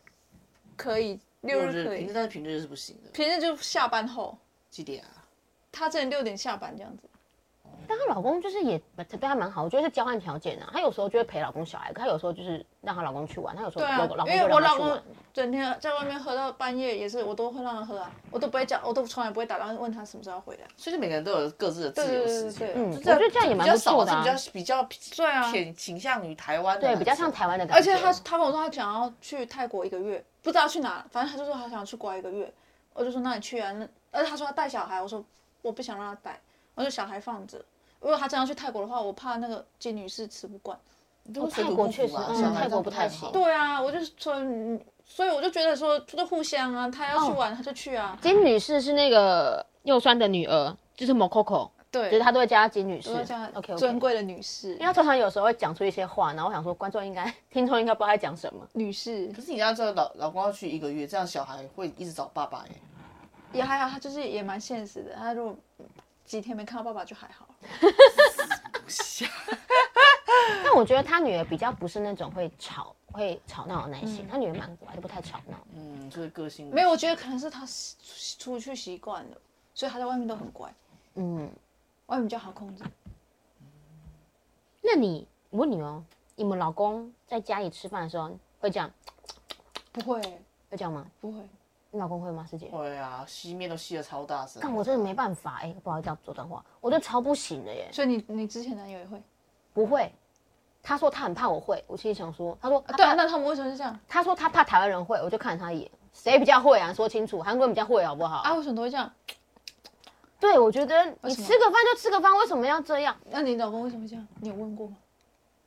Speaker 2: 可以，六日可
Speaker 4: 平日
Speaker 2: 以，
Speaker 4: 但是平日就是不行的，
Speaker 2: 平日就下班后，
Speaker 4: 几点啊？
Speaker 2: 他之前六点下班这样子。
Speaker 3: 但她老公就是也对她蛮好，我觉得是交换条件啊。她有时候就会陪老公小孩，可她有时候就是让她老公去玩，她有时候
Speaker 2: 对啊
Speaker 3: 老公、老，
Speaker 2: 因
Speaker 3: 公
Speaker 2: 为
Speaker 3: 就
Speaker 2: 我
Speaker 3: 让她
Speaker 2: 老
Speaker 3: 去
Speaker 2: 公
Speaker 3: 玩。
Speaker 2: 整天在外面喝到半夜，也是我都会让他喝啊，我都不会讲，我都从来不会打电话问他什么时候要回来。
Speaker 4: 所以就每个人都有各自的自
Speaker 2: 对
Speaker 4: 由
Speaker 2: 对
Speaker 4: 时
Speaker 2: 对
Speaker 4: 间
Speaker 2: 对，。
Speaker 3: 嗯，
Speaker 2: 对，
Speaker 3: 我觉
Speaker 4: 这
Speaker 3: 得这样也
Speaker 4: 比
Speaker 3: 蛮
Speaker 4: 较
Speaker 3: 不错
Speaker 4: 少
Speaker 3: 的
Speaker 4: 是
Speaker 3: 啊、
Speaker 4: 比较比较
Speaker 2: 对啊
Speaker 4: 偏倾向于台湾的
Speaker 3: 对，
Speaker 4: 男生，
Speaker 3: 比较像台湾的感
Speaker 2: 而
Speaker 3: 觉。
Speaker 2: 且他他跟我说他想要去泰国一个月，不知道去哪，反正他就说他想要去国外一个月，我就说那你去啊，那而且他说他带小孩，我说我不想让他带，我说小孩放着。如果他真要去泰国的话，我怕那个金女士吃不惯。
Speaker 4: 都
Speaker 3: 哦
Speaker 4: 水
Speaker 3: 泰
Speaker 4: 土
Speaker 3: 国
Speaker 4: 不
Speaker 3: 确
Speaker 4: 服啊
Speaker 3: 实嗯
Speaker 4: 小孩
Speaker 3: 泰
Speaker 4: 这
Speaker 3: 国
Speaker 4: 样
Speaker 3: 不
Speaker 4: 太
Speaker 3: 太行
Speaker 4: 好
Speaker 2: 对啊，我就说，嗯所以我就觉得说，就是互相啊，他要去玩、他就去啊，
Speaker 3: 金女士是那个幼酸的女儿，就是 Mococo，
Speaker 2: 对，
Speaker 3: 就是她都会叫她金女士。
Speaker 2: 都要这样
Speaker 3: OK
Speaker 2: 尊
Speaker 3: OK。
Speaker 2: 贵的女士
Speaker 3: 因为，她常常有时候会讲出一些话，然后我想说观众应该、听众应该不知道她在讲什么。
Speaker 2: 女士
Speaker 4: 可是你要知道，老老公要去一个月，这样小孩会一直找爸欸爸耶。
Speaker 2: 也还好，她就是也蛮现实的，她如果几天没看到爸爸就还好。
Speaker 3: 但我觉得她女儿比较不是那种会吵、会吵闹的那一型，
Speaker 2: 嗯
Speaker 3: 她、女儿蛮乖的，不太吵闹。
Speaker 4: 嗯，就是个性
Speaker 2: 没有，我觉得可能是她习出去习惯了，所以她在外面都很乖，
Speaker 3: 嗯，
Speaker 2: 外面比较好控制。
Speaker 3: 那你我问你哦，你们老公在家里吃饭的时候会这样
Speaker 2: 不会，
Speaker 3: 会这样吗？
Speaker 2: 不会，
Speaker 3: 你老公会吗，师姐？
Speaker 4: 会啊，吸面都吸的超大声。
Speaker 3: 但我真的没办法哎、不好意思这样说脏话，我真的超不行的耶。
Speaker 2: 所以你你之前男友也会？
Speaker 3: 不会，他说他很怕我会，我心里想说，他说
Speaker 2: 啊
Speaker 3: 他
Speaker 2: 对
Speaker 3: 怕
Speaker 2: 啊，那他们为什么是这样？
Speaker 3: 他说他怕台湾人会，我就看了他一眼，谁比较会啊？说清楚，韩国人比较会好不好？
Speaker 2: 啊，为什么都会这样？
Speaker 3: 对，我觉得你
Speaker 2: 为什么
Speaker 3: 吃个饭就吃个饭，为什么要这样？
Speaker 2: 那你老公为什么会这样？你有问过吗？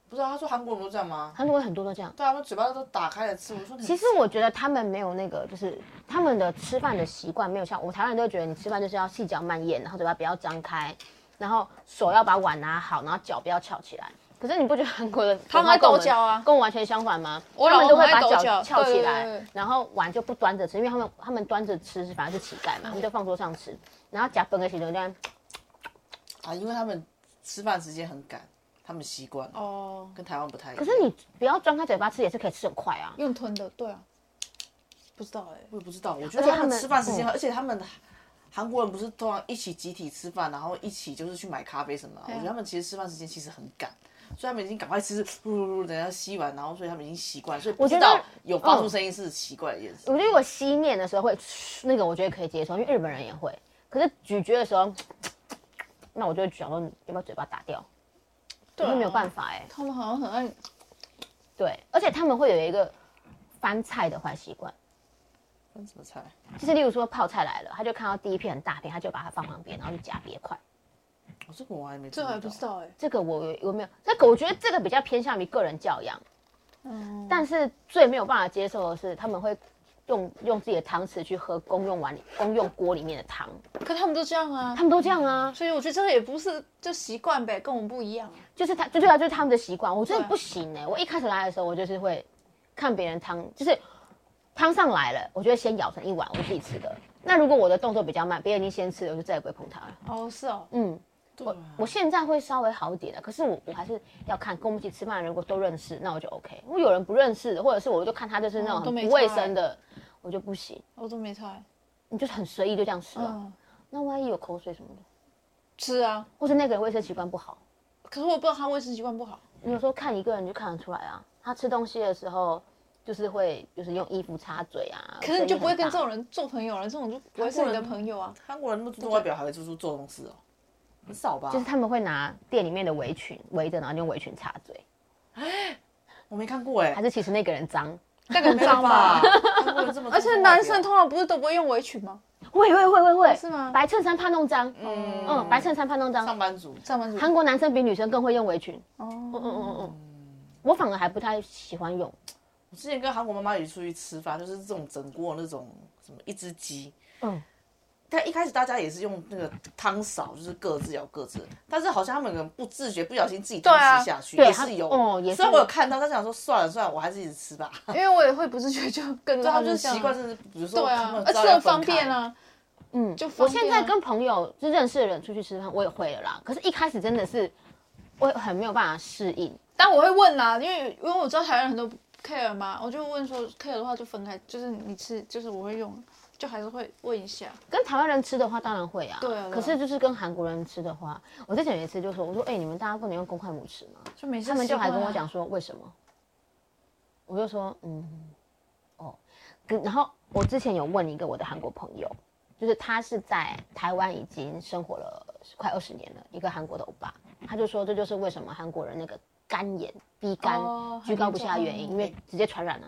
Speaker 4: 不知道，他说韩国人都这样吗？
Speaker 3: 韩国人很多都这样。
Speaker 4: 对啊，他们嘴巴都打开了吃。我说你
Speaker 3: 其实我觉得他们没有那个，就是他们的吃饭的习惯没有像我们台湾人都会觉得你吃饭就是要细嚼慢咽，然后嘴巴不要张开，然后手要把碗拿好，然后脚不要翘起来。可是你不觉得韩国的
Speaker 2: 他
Speaker 3: 文
Speaker 2: 们
Speaker 3: 化
Speaker 2: 爱
Speaker 3: 跟我
Speaker 2: 抖
Speaker 3: 们
Speaker 2: 脚啊
Speaker 3: 跟我完全相反吗？
Speaker 2: 我
Speaker 3: 他
Speaker 2: 老
Speaker 3: 们
Speaker 2: 公
Speaker 3: 都会
Speaker 2: 很
Speaker 3: 把
Speaker 2: 爱抖
Speaker 3: 脚
Speaker 2: 脚
Speaker 3: 翘
Speaker 2: 对
Speaker 3: 起
Speaker 2: 对
Speaker 3: 来
Speaker 2: 对，
Speaker 3: 然后碗就不端着吃，因为他们他们端着吃是反而是乞丐嘛，他们就放桌上吃，然后夹本个行动这样。
Speaker 4: 啊，因为他们吃饭时间很赶，他们习惯了，
Speaker 2: 哦，
Speaker 4: 跟台湾不太一样。
Speaker 3: 可是你不要张开嘴巴吃也是可以吃很快啊。
Speaker 2: 用吞的，对啊，不知道哎、
Speaker 4: 我也不知道，我觉
Speaker 3: 而
Speaker 4: 得
Speaker 3: 且
Speaker 4: 他
Speaker 3: 他
Speaker 4: 们
Speaker 3: 们
Speaker 4: 吃饭时间，
Speaker 3: 嗯
Speaker 4: 而且他们韩国人不是通常一起集体吃饭，然后一起就是去买咖啡什么的。我觉得他们其实吃饭时间其实很赶。所以他们已经赶快吃，噜噜噜，等一下吸完，然后所以他们已经习惯，所以不
Speaker 3: 我觉
Speaker 4: 知
Speaker 3: 得
Speaker 4: 道有发出声音是奇怪的一件事。
Speaker 3: 我觉得我吸面的时候会嘘那个，我觉得可以接受，因为日本人也会。可是咀嚼的时候，那我就会想说，你要不要嘴巴打掉？
Speaker 2: 对
Speaker 3: 我
Speaker 2: 啊
Speaker 3: 没有办法哎、
Speaker 2: 他们好像很爱，
Speaker 3: 对，而且他们会有一个翻菜的坏习惯，
Speaker 4: 分什么菜？
Speaker 3: 就是例如说泡菜来了，他就看到第一片很大片，他就把它放旁边，然后就夹别块。
Speaker 4: 哦，这个我还没
Speaker 2: 这还不知道哎、
Speaker 3: 这个我有我没有，这个我觉得这个比较偏向于个人教养，
Speaker 2: 嗯，
Speaker 3: 但是最没有办法接受的是他们会用用自己的汤匙去喝公用碗里公用锅里面的汤，
Speaker 2: 可他们都这样啊
Speaker 3: 他，们都这样啊，
Speaker 2: 所以我觉得这个也不是就习惯呗，跟我们不一样啊。
Speaker 3: 就是他，就对啊，就是他们的习惯，我真的
Speaker 2: 对
Speaker 3: 不行哎、我一开始来的时候，我就是会看别人汤，就是汤上来了，我就会先舀成一碗我自己吃的。那如果我的动作比较慢，别人已经先吃了，我就再也不会碰它了。
Speaker 2: 哦，是哦，
Speaker 3: 嗯，
Speaker 4: 对
Speaker 3: 我
Speaker 4: 啊
Speaker 3: 我现在会稍微好一点了，可是我我还是要看跟我们一起吃饭的人，如果都认识，那我就 OK。如果有人不认识，或者是我就看他就是那种
Speaker 2: 哦都
Speaker 3: 很
Speaker 2: 没
Speaker 3: 不卫
Speaker 2: 差
Speaker 3: 生的，我就不行，
Speaker 2: 我都哦没欸猜。
Speaker 3: 你就是很随意就这样吃了。
Speaker 2: 嗯，
Speaker 3: 那万一有口水什么的，
Speaker 2: 是啊，
Speaker 3: 或者那个人卫生习惯不好，
Speaker 2: 可是我不知道他卫生习惯不好。
Speaker 3: 你有时候看一个人就看得出来啊，他吃东西的时候就是会就是用衣服擦嘴啊，
Speaker 2: 可是你就不会跟这
Speaker 3: 种
Speaker 2: 种人做朋友了，这种就不会是你的朋友啊。
Speaker 4: 韩国人那么注重外表，还会注重这种事哦，
Speaker 2: 嗯
Speaker 4: 很少吧？
Speaker 3: 就是他们会拿店里面的围裙围着，然后用围裙擦嘴，
Speaker 4: 我没看过哎、
Speaker 3: 还是其实那个人脏？
Speaker 2: 那个很脏吧？
Speaker 4: 韩国人这 么注重外表，
Speaker 2: 而且男生通常不是都不会用围裙吗？
Speaker 3: 会会会会会，
Speaker 2: 哦是吗
Speaker 3: 白衬衫怕弄脏，
Speaker 4: 嗯
Speaker 3: 嗯，白衬衫怕弄脏，
Speaker 4: 上班族
Speaker 2: 上班族
Speaker 3: 韩国男生比女生更会用围裙，嗯
Speaker 2: 哦，
Speaker 3: 嗯嗯嗯，我反而还不太喜欢用，
Speaker 4: 我之前跟韩国妈妈一起出去吃饭，就是这种整锅那种什么一只鸡，
Speaker 3: 嗯，
Speaker 4: 但一开始大家也是用那个汤勺，就是各自舀各自的，但是好像他们可能不自觉不小心自己汤
Speaker 2: 对啊
Speaker 4: 匙下去，
Speaker 3: 对
Speaker 4: 也
Speaker 3: 他
Speaker 4: 是有，
Speaker 3: 哦也是
Speaker 4: 虽然我有看到，但是想说算了算了，我还是一直吃吧。
Speaker 2: 因为我也会不自觉啊就跟
Speaker 4: 对，
Speaker 2: 着
Speaker 4: 他啊 们
Speaker 2: 们
Speaker 4: 就是
Speaker 2: 这样
Speaker 4: 习惯，就是比如说
Speaker 2: 对
Speaker 4: 他
Speaker 2: 啊
Speaker 4: 们，知
Speaker 2: 而且
Speaker 4: 道要
Speaker 2: 很
Speaker 4: 分
Speaker 2: 方
Speaker 4: 开
Speaker 2: 便，啊，
Speaker 3: 嗯，
Speaker 2: 就方
Speaker 3: 我
Speaker 2: 便啊
Speaker 3: 现在跟朋友就认识的人出去吃饭，我也会了啦，可是一开始真的是我很没有办法适应，
Speaker 2: 但我会问啦，因为因为我知道台湾人都不 care 嘛，我就问说 care 的话就分开，就是你吃，就是我会用，就还是会问一下。
Speaker 3: 跟台湾人吃的话当然会啊，
Speaker 2: 对啊对啊
Speaker 3: 可是就是跟韩国人吃的话，我之前有一次就说，我说哎、你们大家不能用公筷母匙吗？
Speaker 2: 就没事、
Speaker 3: 他们就还跟我讲，说为什么，我就说嗯，哦，跟然后我之前有问一个我的韩国朋友，就是他是在台湾已经生活了快二十年了，一个韩国的欧巴，他就说这就是为什么韩国人那个肝炎、逼肝、
Speaker 2: 哦
Speaker 3: 居高不下的原
Speaker 2: 很严
Speaker 3: 因，
Speaker 2: 重
Speaker 3: 因为直接传染了、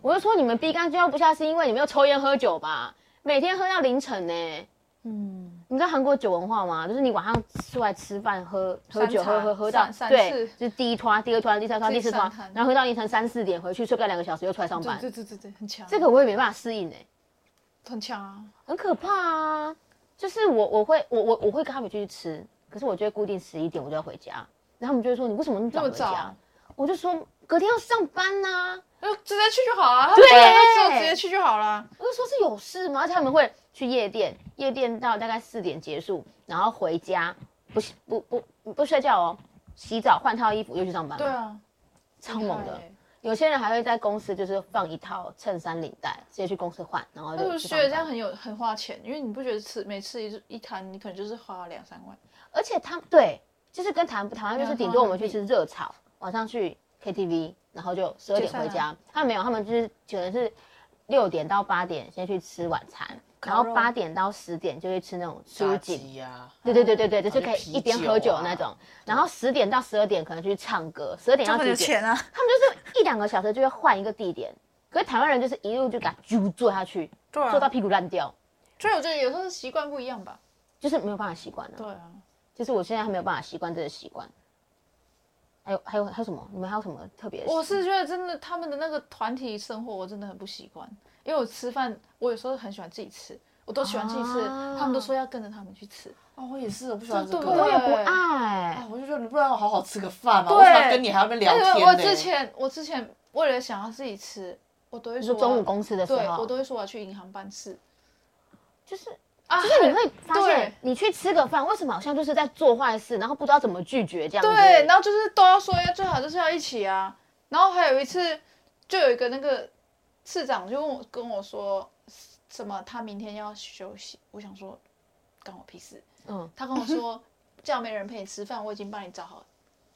Speaker 3: 我就说你们逼肝居高不下是因为你们又抽烟喝酒吧，每天喝到凌晨呢、
Speaker 2: 嗯，
Speaker 3: 你知道韩国酒文化吗？就是你晚上出来吃饭、喝喝酒、喝
Speaker 2: 三餐
Speaker 3: 喝喝到
Speaker 2: 三三
Speaker 3: 对
Speaker 2: 次，
Speaker 3: 就是第一团、第二团、第三团、
Speaker 2: 自己
Speaker 3: 第四团
Speaker 2: 三餐，
Speaker 3: 然后喝到凌晨三四点，回去睡个两个小时，又出来上
Speaker 2: 对
Speaker 3: 班
Speaker 2: 对。对对对，很强，啊
Speaker 3: 这个我也没办法适应哎、
Speaker 2: 很强啊。
Speaker 3: 很可怕啊！就是我我会我我我会跟他们去吃，可是我就会固定十一点我就要回家，然后他们就会说你为什么那么早
Speaker 2: 那
Speaker 3: 回
Speaker 2: 么
Speaker 3: 家
Speaker 2: 早？啊
Speaker 3: 我就说隔天要上班啊呐、
Speaker 2: 就直接去就好啊，他们就只有直接去就好了。
Speaker 3: 我就说是有事吗？而且他们会去夜店，夜店到大概四点结束，然后回家，不洗不不不睡觉哦，洗澡换套衣服又去上班，
Speaker 2: 对，啊，
Speaker 3: 超猛的
Speaker 2: 厉害。欸。
Speaker 3: 有些人还会在公司就是放一套衬衫领带，直接去公司换，然后
Speaker 2: 但
Speaker 3: 就
Speaker 2: 我
Speaker 3: 去
Speaker 2: 觉
Speaker 3: 上
Speaker 2: 得这样
Speaker 3: 班。
Speaker 2: 很有很花钱，因为你不觉得吃每次一一摊，你可能就是花两三万。
Speaker 3: 而且他对，就是跟台湾台湾就是顶
Speaker 2: 啊
Speaker 3: 多我们去吃热炒，晚上去 KTV，然后就十二点回
Speaker 2: 解散
Speaker 3: 家。他们没有，他们就是可能是六点到八点先去吃晚餐，然
Speaker 2: 烤肉
Speaker 3: 后八点到十点就去吃那种
Speaker 4: 炸
Speaker 3: 苏锦。
Speaker 4: 鸡啊呀、
Speaker 3: 对对对对对，就是
Speaker 4: 就
Speaker 3: 可以
Speaker 4: 啤
Speaker 3: 一边喝
Speaker 4: 酒
Speaker 3: 酒
Speaker 4: 啊
Speaker 3: 那种，然后十点到十二点可能去唱歌，十二点到几点？
Speaker 2: 啊，
Speaker 3: 他们就是一两个小时就会换一个地点，可是台湾人就是一路就给他揪坐下去，
Speaker 2: 对啊
Speaker 3: 坐到
Speaker 4: 啊
Speaker 3: 屁股烂掉，
Speaker 2: 所以我觉得有时候习惯不一样吧。
Speaker 3: 就是没有办法习惯
Speaker 2: 对
Speaker 3: 了。
Speaker 2: 啊，
Speaker 3: 就是我现在还没有办法习惯这个习惯。还有还有还有什么？你们还有什么特别的习？
Speaker 2: 我是觉得真的他们的那个团体生活我真的很不习惯，因为我吃饭我有时候很喜欢自己吃，我都喜欢自己吃，
Speaker 3: 啊
Speaker 2: 他们都说要跟着他们去吃。
Speaker 4: 哦，我也是，我不喜欢这
Speaker 2: 对
Speaker 4: 个。
Speaker 2: 对
Speaker 3: 我也不
Speaker 2: 对哦
Speaker 3: 爱
Speaker 4: 啊，我就觉得你不然我好好吃个饭嘛，
Speaker 2: 对
Speaker 4: 我想跟你还要跟聊
Speaker 2: 但
Speaker 4: 天、
Speaker 2: 是
Speaker 4: 呢。
Speaker 2: 我之前我之前为了想要自己吃，我都会
Speaker 3: 你
Speaker 2: 说
Speaker 3: 说
Speaker 2: 我
Speaker 3: 中午
Speaker 2: 要
Speaker 3: 公司的时
Speaker 2: 对
Speaker 3: 候
Speaker 2: 我，都会说我要去银行办事
Speaker 3: 就是
Speaker 2: 啊，
Speaker 3: 就是你会发现
Speaker 2: 对，
Speaker 3: 你去吃个饭，为什么好像就是在做坏事，然后不知道怎么拒绝这样子。
Speaker 2: 对，然后就是都要说要最好就是要一起啊。然后还有一次，就有一个那个市长就问我跟我说什么，他明天要休息。我想说，干我屁事。
Speaker 3: 嗯，
Speaker 2: 他跟我说，这样没人陪你吃饭，我已经帮你找好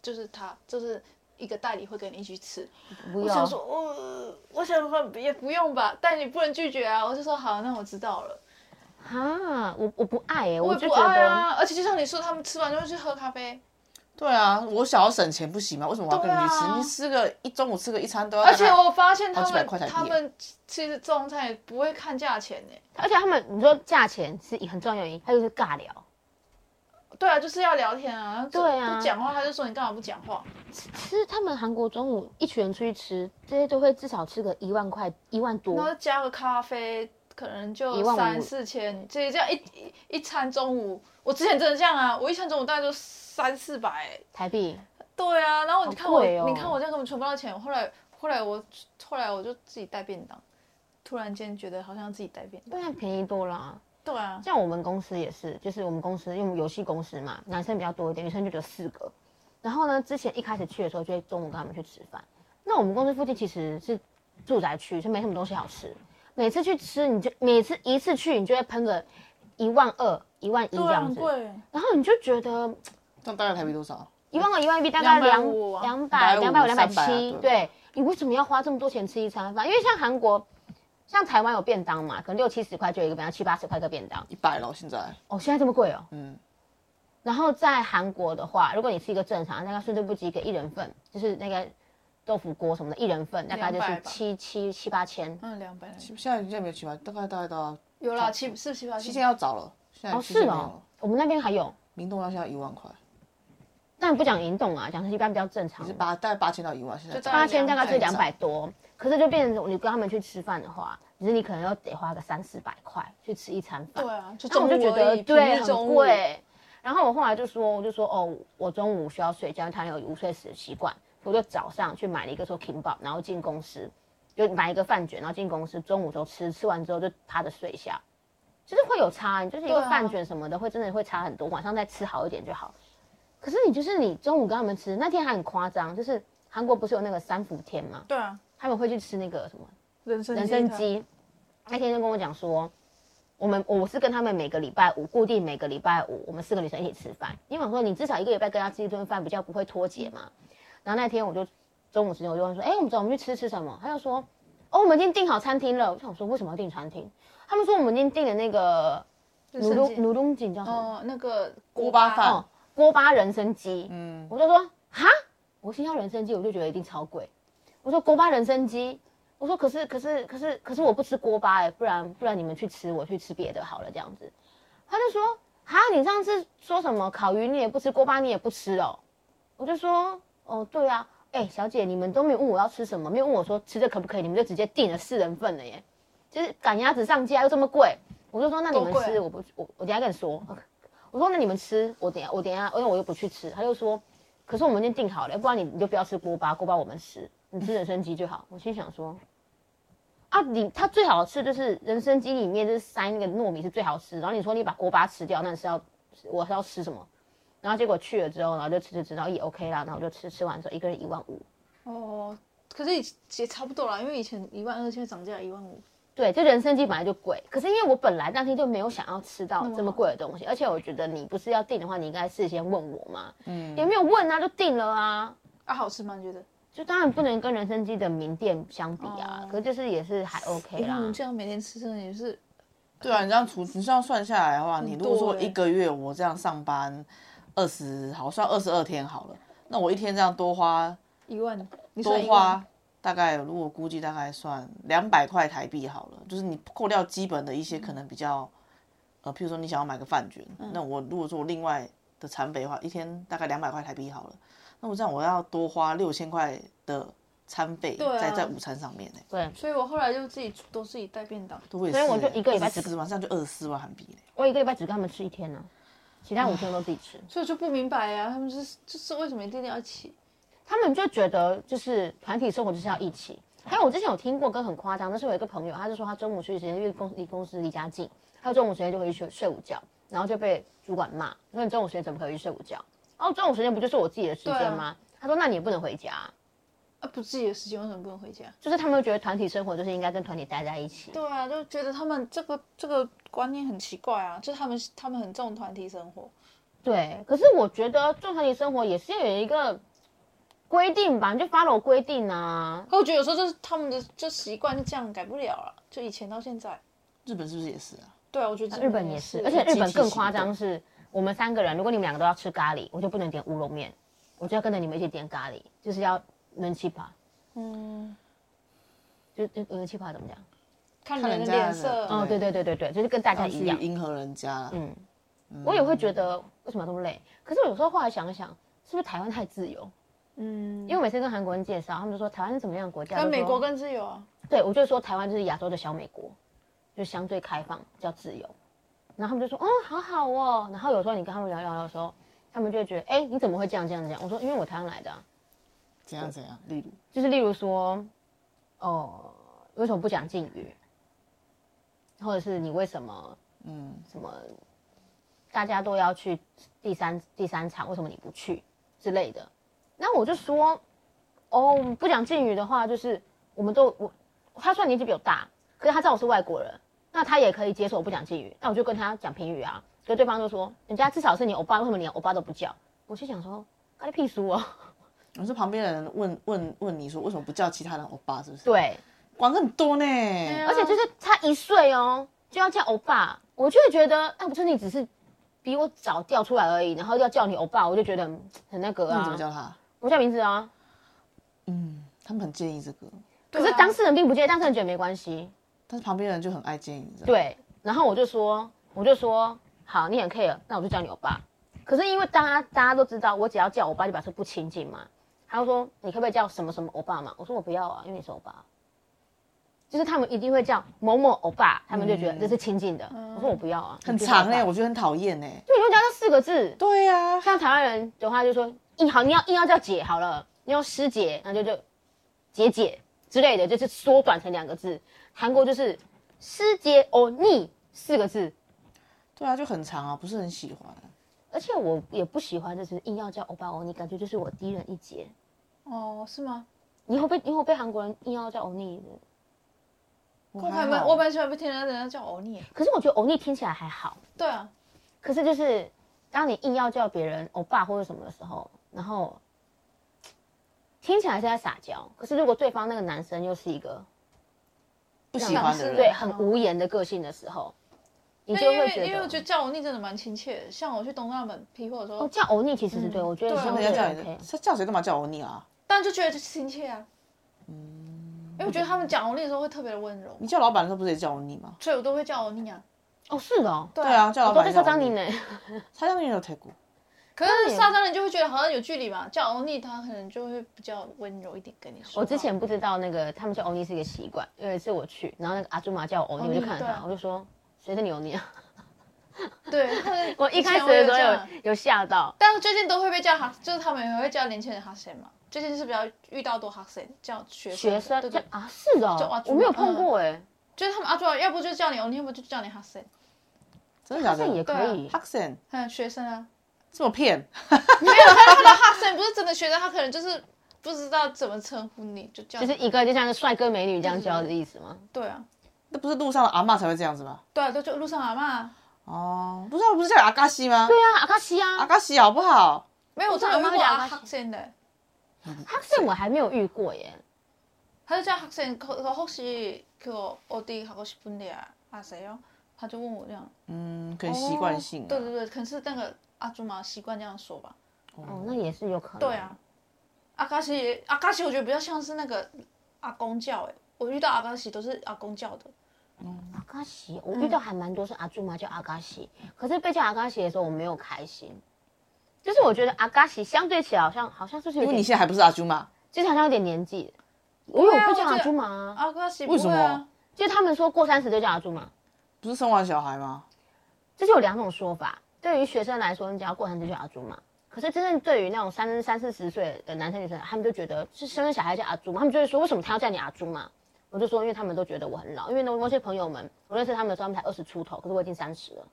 Speaker 2: 就是他，就是一个代理会跟你一起吃。
Speaker 3: 不
Speaker 2: 我想
Speaker 3: 要
Speaker 2: 说，我、我想说嗯也不用吧，但你不能拒绝啊。我就说好，那我知道了。
Speaker 3: 啊，我我不爱哎、
Speaker 2: 我也
Speaker 3: 就
Speaker 2: 不
Speaker 3: 觉
Speaker 2: 爱
Speaker 3: 得、
Speaker 2: 啊，而且就像你说，他们吃完就会去喝咖啡，
Speaker 4: 对啊，我想要省钱不行吗？为什么我要跟你去吃？
Speaker 2: 对啊
Speaker 4: 你吃个一中午吃个一餐都要大
Speaker 2: 而
Speaker 4: 概，
Speaker 2: 且我发现他
Speaker 4: 好几百
Speaker 2: 们
Speaker 4: 块台币
Speaker 2: 他们其实中餐也不会看价钱呢、
Speaker 3: 而且他们你说价钱是很重要原因，还有就是哦尬聊。
Speaker 2: 对啊，就是要聊天啊，
Speaker 3: 对啊
Speaker 2: 不讲话他就说你干嘛不讲话？
Speaker 3: 其实他们韩国中午一群人出去吃，这些都会至少吃个一万块一万
Speaker 2: 然
Speaker 3: 多
Speaker 2: 后，加个咖啡，可能就
Speaker 3: 一万五
Speaker 2: 三四千，这这样一一一餐中午，我之前真的这样啊，我一餐中午大概就三四百。
Speaker 3: 台币
Speaker 2: 对啊，然后你看
Speaker 3: 好
Speaker 2: 我，
Speaker 3: 贵哦
Speaker 2: 你看我这样根本存不到钱。后来后来我后来我就自己带便当，突然间觉得好像自己带便当。
Speaker 3: 当然便宜多了啊。
Speaker 2: 对啊，
Speaker 3: 像我们公司也是，就是我们公司因为我们游戏公司嘛，男生比较多一点，女生就只有四个。然后呢，之前一开始去的时候，就会中午跟他们去吃饭。那我们公司附近其实是住宅区，是没什么东西好吃。每次去吃，你就每次一次去，你就会喷个一万二、一万一
Speaker 2: 对
Speaker 3: 这
Speaker 2: 啊，
Speaker 3: 样
Speaker 2: 很
Speaker 3: 子，
Speaker 2: 贵。
Speaker 3: 然后你就觉得
Speaker 4: 这样大概台币多少？
Speaker 3: 一万二、一万一大概嗯两
Speaker 2: 250啊
Speaker 3: 两百、两百五、两百
Speaker 4: 250
Speaker 3: 七，
Speaker 4: 300
Speaker 3: 对你为什么要花这么多钱吃一餐饭？因为像韩国。像台湾有便当嘛，可能六七十块就有一个便当，七八十块一个便当。
Speaker 4: 一百了，现在，
Speaker 3: 哦，现在这么贵哦。
Speaker 4: 嗯，
Speaker 3: 然后在韩国的话，如果你是一个正常，大概顺对不及给一人份，就是那个豆腐锅什么的，一人份大概就
Speaker 2: 200
Speaker 3: 是
Speaker 2: 吧
Speaker 3: 七七七八千。
Speaker 2: 嗯，两百
Speaker 4: 现在现在没有七八，大概大概到
Speaker 2: 有啦，七四七八
Speaker 4: 七
Speaker 2: 七
Speaker 4: 千要早了，现在
Speaker 3: 哦，
Speaker 4: 七
Speaker 3: 是
Speaker 4: 千没有
Speaker 3: 哦
Speaker 4: 了，，
Speaker 3: 我们那边还有，
Speaker 4: 明洞要现在一万块，
Speaker 3: 但不讲银动啊，讲是一般比较正常
Speaker 4: 是
Speaker 3: 的，
Speaker 4: 八大概八千到一万，现在
Speaker 2: 就大概
Speaker 3: 八千大概是两
Speaker 4: 200
Speaker 3: 百多，可是就变成你跟他们去吃饭的话，只是你可能要得花个三四百块去吃一餐饭
Speaker 2: 对。啊，就
Speaker 3: 那
Speaker 2: 中
Speaker 3: 我
Speaker 2: 午
Speaker 3: 就觉
Speaker 2: 而
Speaker 3: 得
Speaker 2: 已
Speaker 3: 对
Speaker 2: 平日中
Speaker 3: 很
Speaker 2: 午
Speaker 3: 贵。然后我后来就说，我就说哦，我中午需要睡觉，因为他有午睡时的习惯，我就早上去买了一个说 King Bob，然后进公司就买一个饭卷，然后进公司中午时候吃，吃完之后就趴着睡一下，就是会有差，你就是一个
Speaker 2: 对啊
Speaker 3: 饭卷什么的、会真的会差很多，晚上再吃好一点就好。可是你就是你中午跟他们吃，那天还很夸张，就是韩国不是有那个三伏天嘛，
Speaker 2: 对啊，
Speaker 3: 他们会去吃那个什么
Speaker 2: 人生
Speaker 3: 人参
Speaker 2: 鸡
Speaker 3: 鸡，那天就跟我讲说，我们我是跟他们每个礼拜五固定每个礼拜五，我们四个女生一起吃饭，因为我说你至少一个礼拜跟他吃一顿饭，比较不会脱节嘛。然后那天我就中午时间我就问说，哎、我们走，我们去吃吃什么？他就说，哦，我们已经订好餐厅了。我想说为什么要订餐厅？他们说我们已经订了那个
Speaker 2: 人
Speaker 3: 努
Speaker 2: 参
Speaker 3: 东
Speaker 2: 鸡
Speaker 3: 努东锦叫什么？
Speaker 2: 哦，那个
Speaker 4: 锅巴饭
Speaker 2: 嗯
Speaker 3: 哦，锅巴人参鸡。
Speaker 4: 嗯，
Speaker 3: 我就说哈，我心要人参鸡，我就觉得一定超贵。我说锅巴人参鸡，我说可是可是可是可是我不吃锅巴哎、不然不然你们去吃，我去吃别的好了这样子。他就说哈，你上次说什么烤鱼你也不吃，锅巴你也不吃哦。我就说哦对啊，哎、小姐你们都没有问我要吃什么，没有问我说吃这可不可以，你们就直接订了四人份了耶，就是赶鸭子上架又这么贵。我就说那你们
Speaker 2: 多贵啊
Speaker 3: 吃，我不我我等一下跟你说。 我说那你们吃，我等一下我等一下，因为我又不去吃。他就说，可是我们已经订好了，不然你你就不要吃锅巴，锅巴我们吃，你吃人参鸡就好。我心想说，啊，你它最好吃就是人参鸡里面就是塞那个糯米是最好吃，然后你说你把锅巴吃掉，那你是要我是要吃什么？然后结果去了之后，然后就吃吃吃，然后也 OK 啦，然后就吃吃完之后一个人一万五，
Speaker 2: 哦，可是以也差不多啦，因为以前一万二，现在涨价一万五。
Speaker 3: 对，就人参鸡本来就贵，可是因为我本来那天就没有想要吃到
Speaker 2: 那么
Speaker 3: 这么
Speaker 2: 好
Speaker 3: 贵的东西，而且我觉得你不是要订的话，你应该事先问我嘛，嗯，也没有问啊，就订了啊，
Speaker 2: 啊，好吃吗？你觉得？
Speaker 3: 就当然不能跟人参鸡的名店相比啊，
Speaker 2: 哦
Speaker 3: 可是就是也是还 OK
Speaker 2: 一
Speaker 3: 啦。
Speaker 2: 哎万五这样每天吃真的也是
Speaker 4: 对啊，你这样除，你这样算下来的话，你如果
Speaker 2: 多
Speaker 4: 说
Speaker 2: 欸
Speaker 4: 一个月我这样上班二十，好算二十二天好了，那我一天这样多花
Speaker 2: 一万，你
Speaker 4: 多
Speaker 2: 算一万
Speaker 4: 花，大概如果估计大概算两百块台币好了，就是你扣掉基本的一些可能比较，呃，譬如说你想要买个饭卷，
Speaker 3: 嗯
Speaker 4: 那我如果说我另外的残肥的话，一天大概两百块台币好了，那我这样我要多花六千块的餐费
Speaker 2: 对啊
Speaker 4: 在在午餐上面呢、欸
Speaker 3: 对，
Speaker 2: 所以我后来就自己都自己带便当。
Speaker 4: 所
Speaker 3: 所以我就一个礼拜只
Speaker 4: 四万，这样就二十四万韩币呢、
Speaker 3: 我一个礼拜只跟他们吃一天呢、其他五天都自己吃。
Speaker 2: 所以我就不明白呀、他们就是就是为什么一定要一起？
Speaker 3: 他们就觉得就是团体生活就是要一起。还有我之前有听过个很夸张，但是我有一个朋友，他就说他中午休息时间，因为公离公司离家近，他中午时间就回去睡睡午觉，然后就被主管骂，说你中午时间怎么可以去睡午觉？哦，中午时间不就是我自己的时间吗？他说那你也不能回家啊、
Speaker 2: 啊，不自己的时间为什么不能回家？
Speaker 3: 就是他们觉得团体生活就是应该跟团体待在一起。
Speaker 2: 对啊，就觉得他们这个这个观念很奇怪啊，就他们他们很重团体生活。
Speaker 3: 对，可是我觉得重团体生活也是要有一个规定吧，你就 follow 规定啊。
Speaker 2: 可我觉得有时候就是他们的就习惯就这样改不了了，就以前到现在。
Speaker 4: 日本是不是也是啊？
Speaker 2: 对啊，我觉得
Speaker 3: 日本也嗯是，而且日本更夸张是，我们三个人，如果你们两个都要吃咖喱，我就不能点乌龙面，我就要跟着你们一起点咖喱，就是要轮七吧，
Speaker 2: 嗯，
Speaker 3: 就就轮七吧怎么讲？
Speaker 2: 看
Speaker 4: 看
Speaker 2: 人
Speaker 4: 人
Speaker 2: 的
Speaker 4: 家
Speaker 2: 脸
Speaker 4: 的
Speaker 2: 色。
Speaker 3: 哦，对对对对对，哦就是跟大家
Speaker 4: 要
Speaker 3: 一
Speaker 4: 去
Speaker 3: 样。
Speaker 4: 迎合人家啦。
Speaker 3: 嗯，我也会觉得为什么这么累？可是我有时候后来想一想，是不是台湾太自由？
Speaker 2: 嗯，
Speaker 3: 因为我每次跟韩国人介绍，他们就说台湾是怎么样的国家？
Speaker 2: 跟
Speaker 3: 就说
Speaker 2: 美国更自由啊。
Speaker 3: 对，我就说台湾就是亚洲的小美国，就相对开放，比较自由。然后他们就说，哦，好好哦。然后有时候你跟他们聊聊的时候，他们就会觉得，哎，你怎么会这样这样这样？我说，因为我台湾来的啊、
Speaker 4: 怎样怎样？例如，
Speaker 3: 就是例如说，哦，为什么不讲敬语？或者是你为什么
Speaker 4: 嗯，
Speaker 3: 什么大家都要去第三第三场，为什么你不去之类的？那我就说，哦，不讲敬语的话，就是我们都我他虽然年纪比我大，可是他知道我是外国人，那他也可以接受我不讲敬语，那我就跟他讲平语啊。可是对方就说，人家至少是你欧巴，为什么连欧巴都不叫？我就想说，干你屁事哦。
Speaker 4: 我是旁边的人问问问你说为什么不叫其他人欧巴？是不是？
Speaker 3: 对，
Speaker 4: 管很多呢。
Speaker 2: 啊
Speaker 3: 而且就是差一岁哦，就要叫欧巴，我就会觉得，那、啊、不是你只是比我早调出来而已，然后要叫你欧巴，我就觉得嗯很那个
Speaker 4: 那
Speaker 3: 啊。
Speaker 4: 你怎么叫他？
Speaker 3: 我叫名字啊。
Speaker 4: 嗯，他们很介意这个，
Speaker 2: 可
Speaker 3: 可是当事人并不介意，当事人觉得没关系。
Speaker 4: 但是旁边的人就很爱介意，你知道吗？
Speaker 3: 对，然后我就说，我就说，好，你很 care，那我就叫你欧巴。可是因为大家大家都知道，我只要叫欧巴就表示不亲近嘛。他就说，你可不可以叫什么什么欧巴嘛？我说我不要啊，因为你是欧巴。就是他们一定会叫某某欧巴，他们就觉得这是亲近的。我说我不要啊，
Speaker 4: 嗯很长哎、
Speaker 3: 哎、
Speaker 4: 我觉得很讨厌哎。
Speaker 3: 就你会叫这四个字，
Speaker 4: 对啊呀、
Speaker 3: 像台湾人的话就说，硬好你要硬要叫姐好了，你用师姐，那就就姐姐之类的，就是缩短成两个字。韩国就是师姐哦你四个字，
Speaker 4: 对啊，就很长啊，不是很喜欢。
Speaker 3: 而且我也不喜欢，就是硬要叫欧巴欧尼，感觉就是我低人一截。
Speaker 2: 哦，是吗？
Speaker 3: 你会被你会被韩国人硬要叫欧尼的，
Speaker 2: 我还蛮我蛮喜欢被听人家叫欧尼。
Speaker 3: 可是我觉得欧尼听起来还好，
Speaker 2: 对啊，
Speaker 3: 可是就是当你硬要叫别人欧巴或者什么的时候，然后听起来是在撒娇，可是如果对方那个男生又是一个
Speaker 4: 不喜欢的人，
Speaker 3: 对，很无言的个性的时候，你就
Speaker 2: 因为
Speaker 3: 会觉
Speaker 2: 因为我觉
Speaker 3: 得
Speaker 2: 得叫欧尼真的蛮亲切的。像我去东大门批货的时
Speaker 3: 哦，
Speaker 2: 候，
Speaker 3: 叫欧尼其实是对，我觉得
Speaker 2: 对啊
Speaker 3: 相
Speaker 4: 那
Speaker 3: 对
Speaker 4: 人家
Speaker 3: OK
Speaker 4: 叫。谁？叫谁干嘛叫欧尼啊？
Speaker 2: 但就觉得就是亲切啊。因为我觉得他们讲欧尼的时候会特别的温柔，
Speaker 4: 你叫老板的时候不是也叫欧尼吗？
Speaker 2: 所以我都会叫欧尼啊。
Speaker 3: 哦，是的哦，
Speaker 4: 对啊，，叫
Speaker 3: 我
Speaker 4: 老
Speaker 3: 都
Speaker 4: 板
Speaker 3: 在
Speaker 4: 也
Speaker 3: 嚣
Speaker 4: 叫欧
Speaker 3: 张
Speaker 4: 尼
Speaker 3: 你。呢。
Speaker 4: 他当年有泰国，
Speaker 2: 可是杀伤人就会觉得好像有距离嘛，叫欧尼他可能就会比较温柔一点跟你说话。
Speaker 3: 我之前不知道那个他们叫欧尼是一个习惯，有一次我去，然后那个阿朱玛叫我欧尼，
Speaker 2: 欧
Speaker 3: 我
Speaker 2: 尼
Speaker 3: 就看着
Speaker 2: 对啊
Speaker 3: 他，我就说谁是你欧尼 啊？
Speaker 2: 对，他们
Speaker 3: 我一开
Speaker 2: 以
Speaker 3: 始
Speaker 2: 前我
Speaker 3: 的
Speaker 2: 有
Speaker 3: 时
Speaker 2: 这样
Speaker 3: 候有有吓到，
Speaker 2: 但是最近都会被叫哈，就是他们也会叫年轻人哈森嘛。最近是比较遇到多哈森，叫学生
Speaker 3: 学生
Speaker 2: 对
Speaker 3: 叫
Speaker 2: 对，
Speaker 3: 啊是的
Speaker 2: 叫阿
Speaker 3: 哦，
Speaker 2: 朱
Speaker 3: 我
Speaker 2: 玛嗯
Speaker 3: 没有碰过哎，
Speaker 2: 就是他们阿朱啊，要不就叫你欧尼，要不就叫你哈森。
Speaker 4: 真的
Speaker 3: 好
Speaker 2: 啊
Speaker 4: 假
Speaker 3: 像也
Speaker 4: 的？
Speaker 3: 可以。
Speaker 4: 哈森
Speaker 2: 嗯，学生啊，
Speaker 4: 这么骗，
Speaker 2: 他的哈森不是真的学生，他可能就是不知道怎么称呼你，就叫
Speaker 3: 就是一个就像是帅哥美女这样教的意思吗？
Speaker 2: 对啊，
Speaker 4: 那不是路上的阿嬷才会这样子吗？
Speaker 2: 对啊，都就路上阿妈。
Speaker 4: 哦，路上不是叫阿嘎西吗？
Speaker 3: 对啊，阿卡西
Speaker 4: 阿
Speaker 3: 啊，
Speaker 4: 嘎西好不好？
Speaker 2: 没有，我真的有遇
Speaker 3: 路
Speaker 2: 过
Speaker 3: 上阿嬷
Speaker 2: 阿
Speaker 3: 叫
Speaker 2: 哈森的，
Speaker 3: 哈森我还没有遇过耶。
Speaker 2: 他就叫哈森，可可혹시그어디가고싶은데아세요？他就问我这样，
Speaker 4: 嗯，可能习惯性啊。
Speaker 2: 哦对对对，可能是那个阿朱嘛习惯这样说吧。
Speaker 3: 哦，那也是有可能。
Speaker 2: 对啊，，阿卡西阿卡西，我觉得比较像是那个阿公教哎、我遇到阿卡西都是阿公教的，
Speaker 3: 阿嘎西，我
Speaker 4: 嗯
Speaker 3: 遇到还蛮多是阿朱妈叫阿嘎西，可是被叫阿嘎西的时候我没有开心，就是我觉得阿嘎西相对起来好像好像就是有
Speaker 4: 因为你
Speaker 3: 点，
Speaker 4: 现在还不啊是阿朱嘛，
Speaker 3: 就是好像有点年纪。我有不
Speaker 2: 我觉
Speaker 3: 叫
Speaker 2: 得
Speaker 3: 阿朱妈啊，
Speaker 2: 阿卡西不
Speaker 4: 为什
Speaker 2: 会啊
Speaker 4: 么，
Speaker 3: 就是他们说过三十就叫阿朱妈，
Speaker 4: 不是生完小孩吗？
Speaker 3: 就是有两种说法。对于学生来说，你只要过三十就叫阿朱妈。可是真正对于那种三三四十岁的男生女生，他们就觉得是生了小孩叫阿朱妈，他们就会说为什么他要叫你阿朱妈？我就说因为他们都觉得我很老，因为呢那些朋友们，我认识他们的时候他们才二十出头，可是我已经三十了，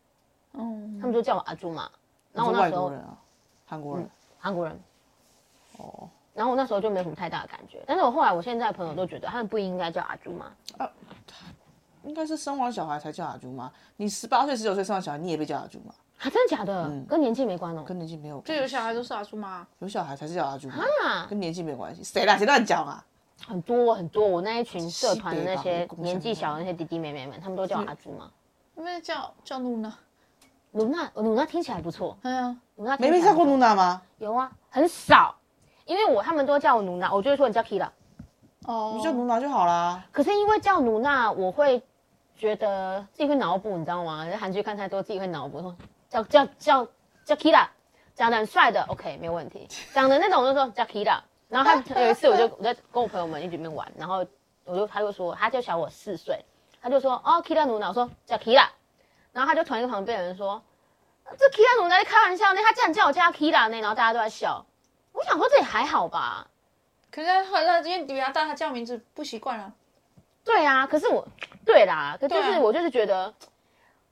Speaker 2: 嗯，
Speaker 3: 他们就叫我阿朱妈。然后
Speaker 4: 你
Speaker 3: 我
Speaker 4: 哦
Speaker 3: 那
Speaker 4: 是外
Speaker 3: 时候
Speaker 4: 国人啊，韩国人。
Speaker 3: 韩国人。
Speaker 4: 哦，
Speaker 3: 然后我那时候就没有什么太大的感觉，但是我后来我现在的朋友都觉得他们不应该叫阿朱妈，
Speaker 4: 应该是生完小孩才叫阿朱嘛。你十八岁、十九岁生完小孩，你也被叫阿朱嘛？
Speaker 3: 啊，真的假的？跟年纪没关哦。
Speaker 4: 嗯跟年纪没有
Speaker 2: 就
Speaker 4: 关
Speaker 2: 有
Speaker 4: 系，
Speaker 2: 小孩都是阿叔妈，
Speaker 4: 有小孩才是叫阿朱妈，
Speaker 3: 啊，
Speaker 4: 跟年纪没有关系。谁啦？谁乱讲啊？
Speaker 3: 很多很多，我那一群社团的那些
Speaker 4: 西北吧
Speaker 3: 年纪小的那些弟弟妹妹们，他们都叫我阿朱嘛。
Speaker 2: 因为叫叫露娜。
Speaker 3: 鲁娜，鲁娜听起来不错。
Speaker 2: 哎呀，
Speaker 3: 鲁娜听
Speaker 4: 没
Speaker 3: 起来
Speaker 4: 被叫过
Speaker 3: 不错
Speaker 4: 露娜吗？
Speaker 3: 有啊，很少，因为我他们都叫我努娜，我就会说你叫 Kira。
Speaker 2: 哦
Speaker 4: 你，叫
Speaker 2: 뭐?
Speaker 4: 露娜就好啦。
Speaker 3: 可是因为叫努娜，我会觉得自己会脑补，你知道吗？韩剧看太多，自己会脑补，说叫叫叫叫 Kira，长得很帅的，OK，没有问题。长得那种我就说叫 Kira。然后他有一次，我就我在跟我朋友们一起面玩，然后我就他就说，他就小我四岁，他就说哦 Kira 努娜，我说叫 Kira，然后他就突然跟旁边的人说，这 Kira 努娜在开玩笑呢，他竟然叫我叫他 Kira 呢，然后大家都在笑。我想说这也还好吧，
Speaker 2: 可是他他因为比他大，他叫名字不习惯了，
Speaker 3: 对啊，可是我，对啦，可就
Speaker 2: 对
Speaker 3: 是
Speaker 2: 啊
Speaker 3: 我就是觉得，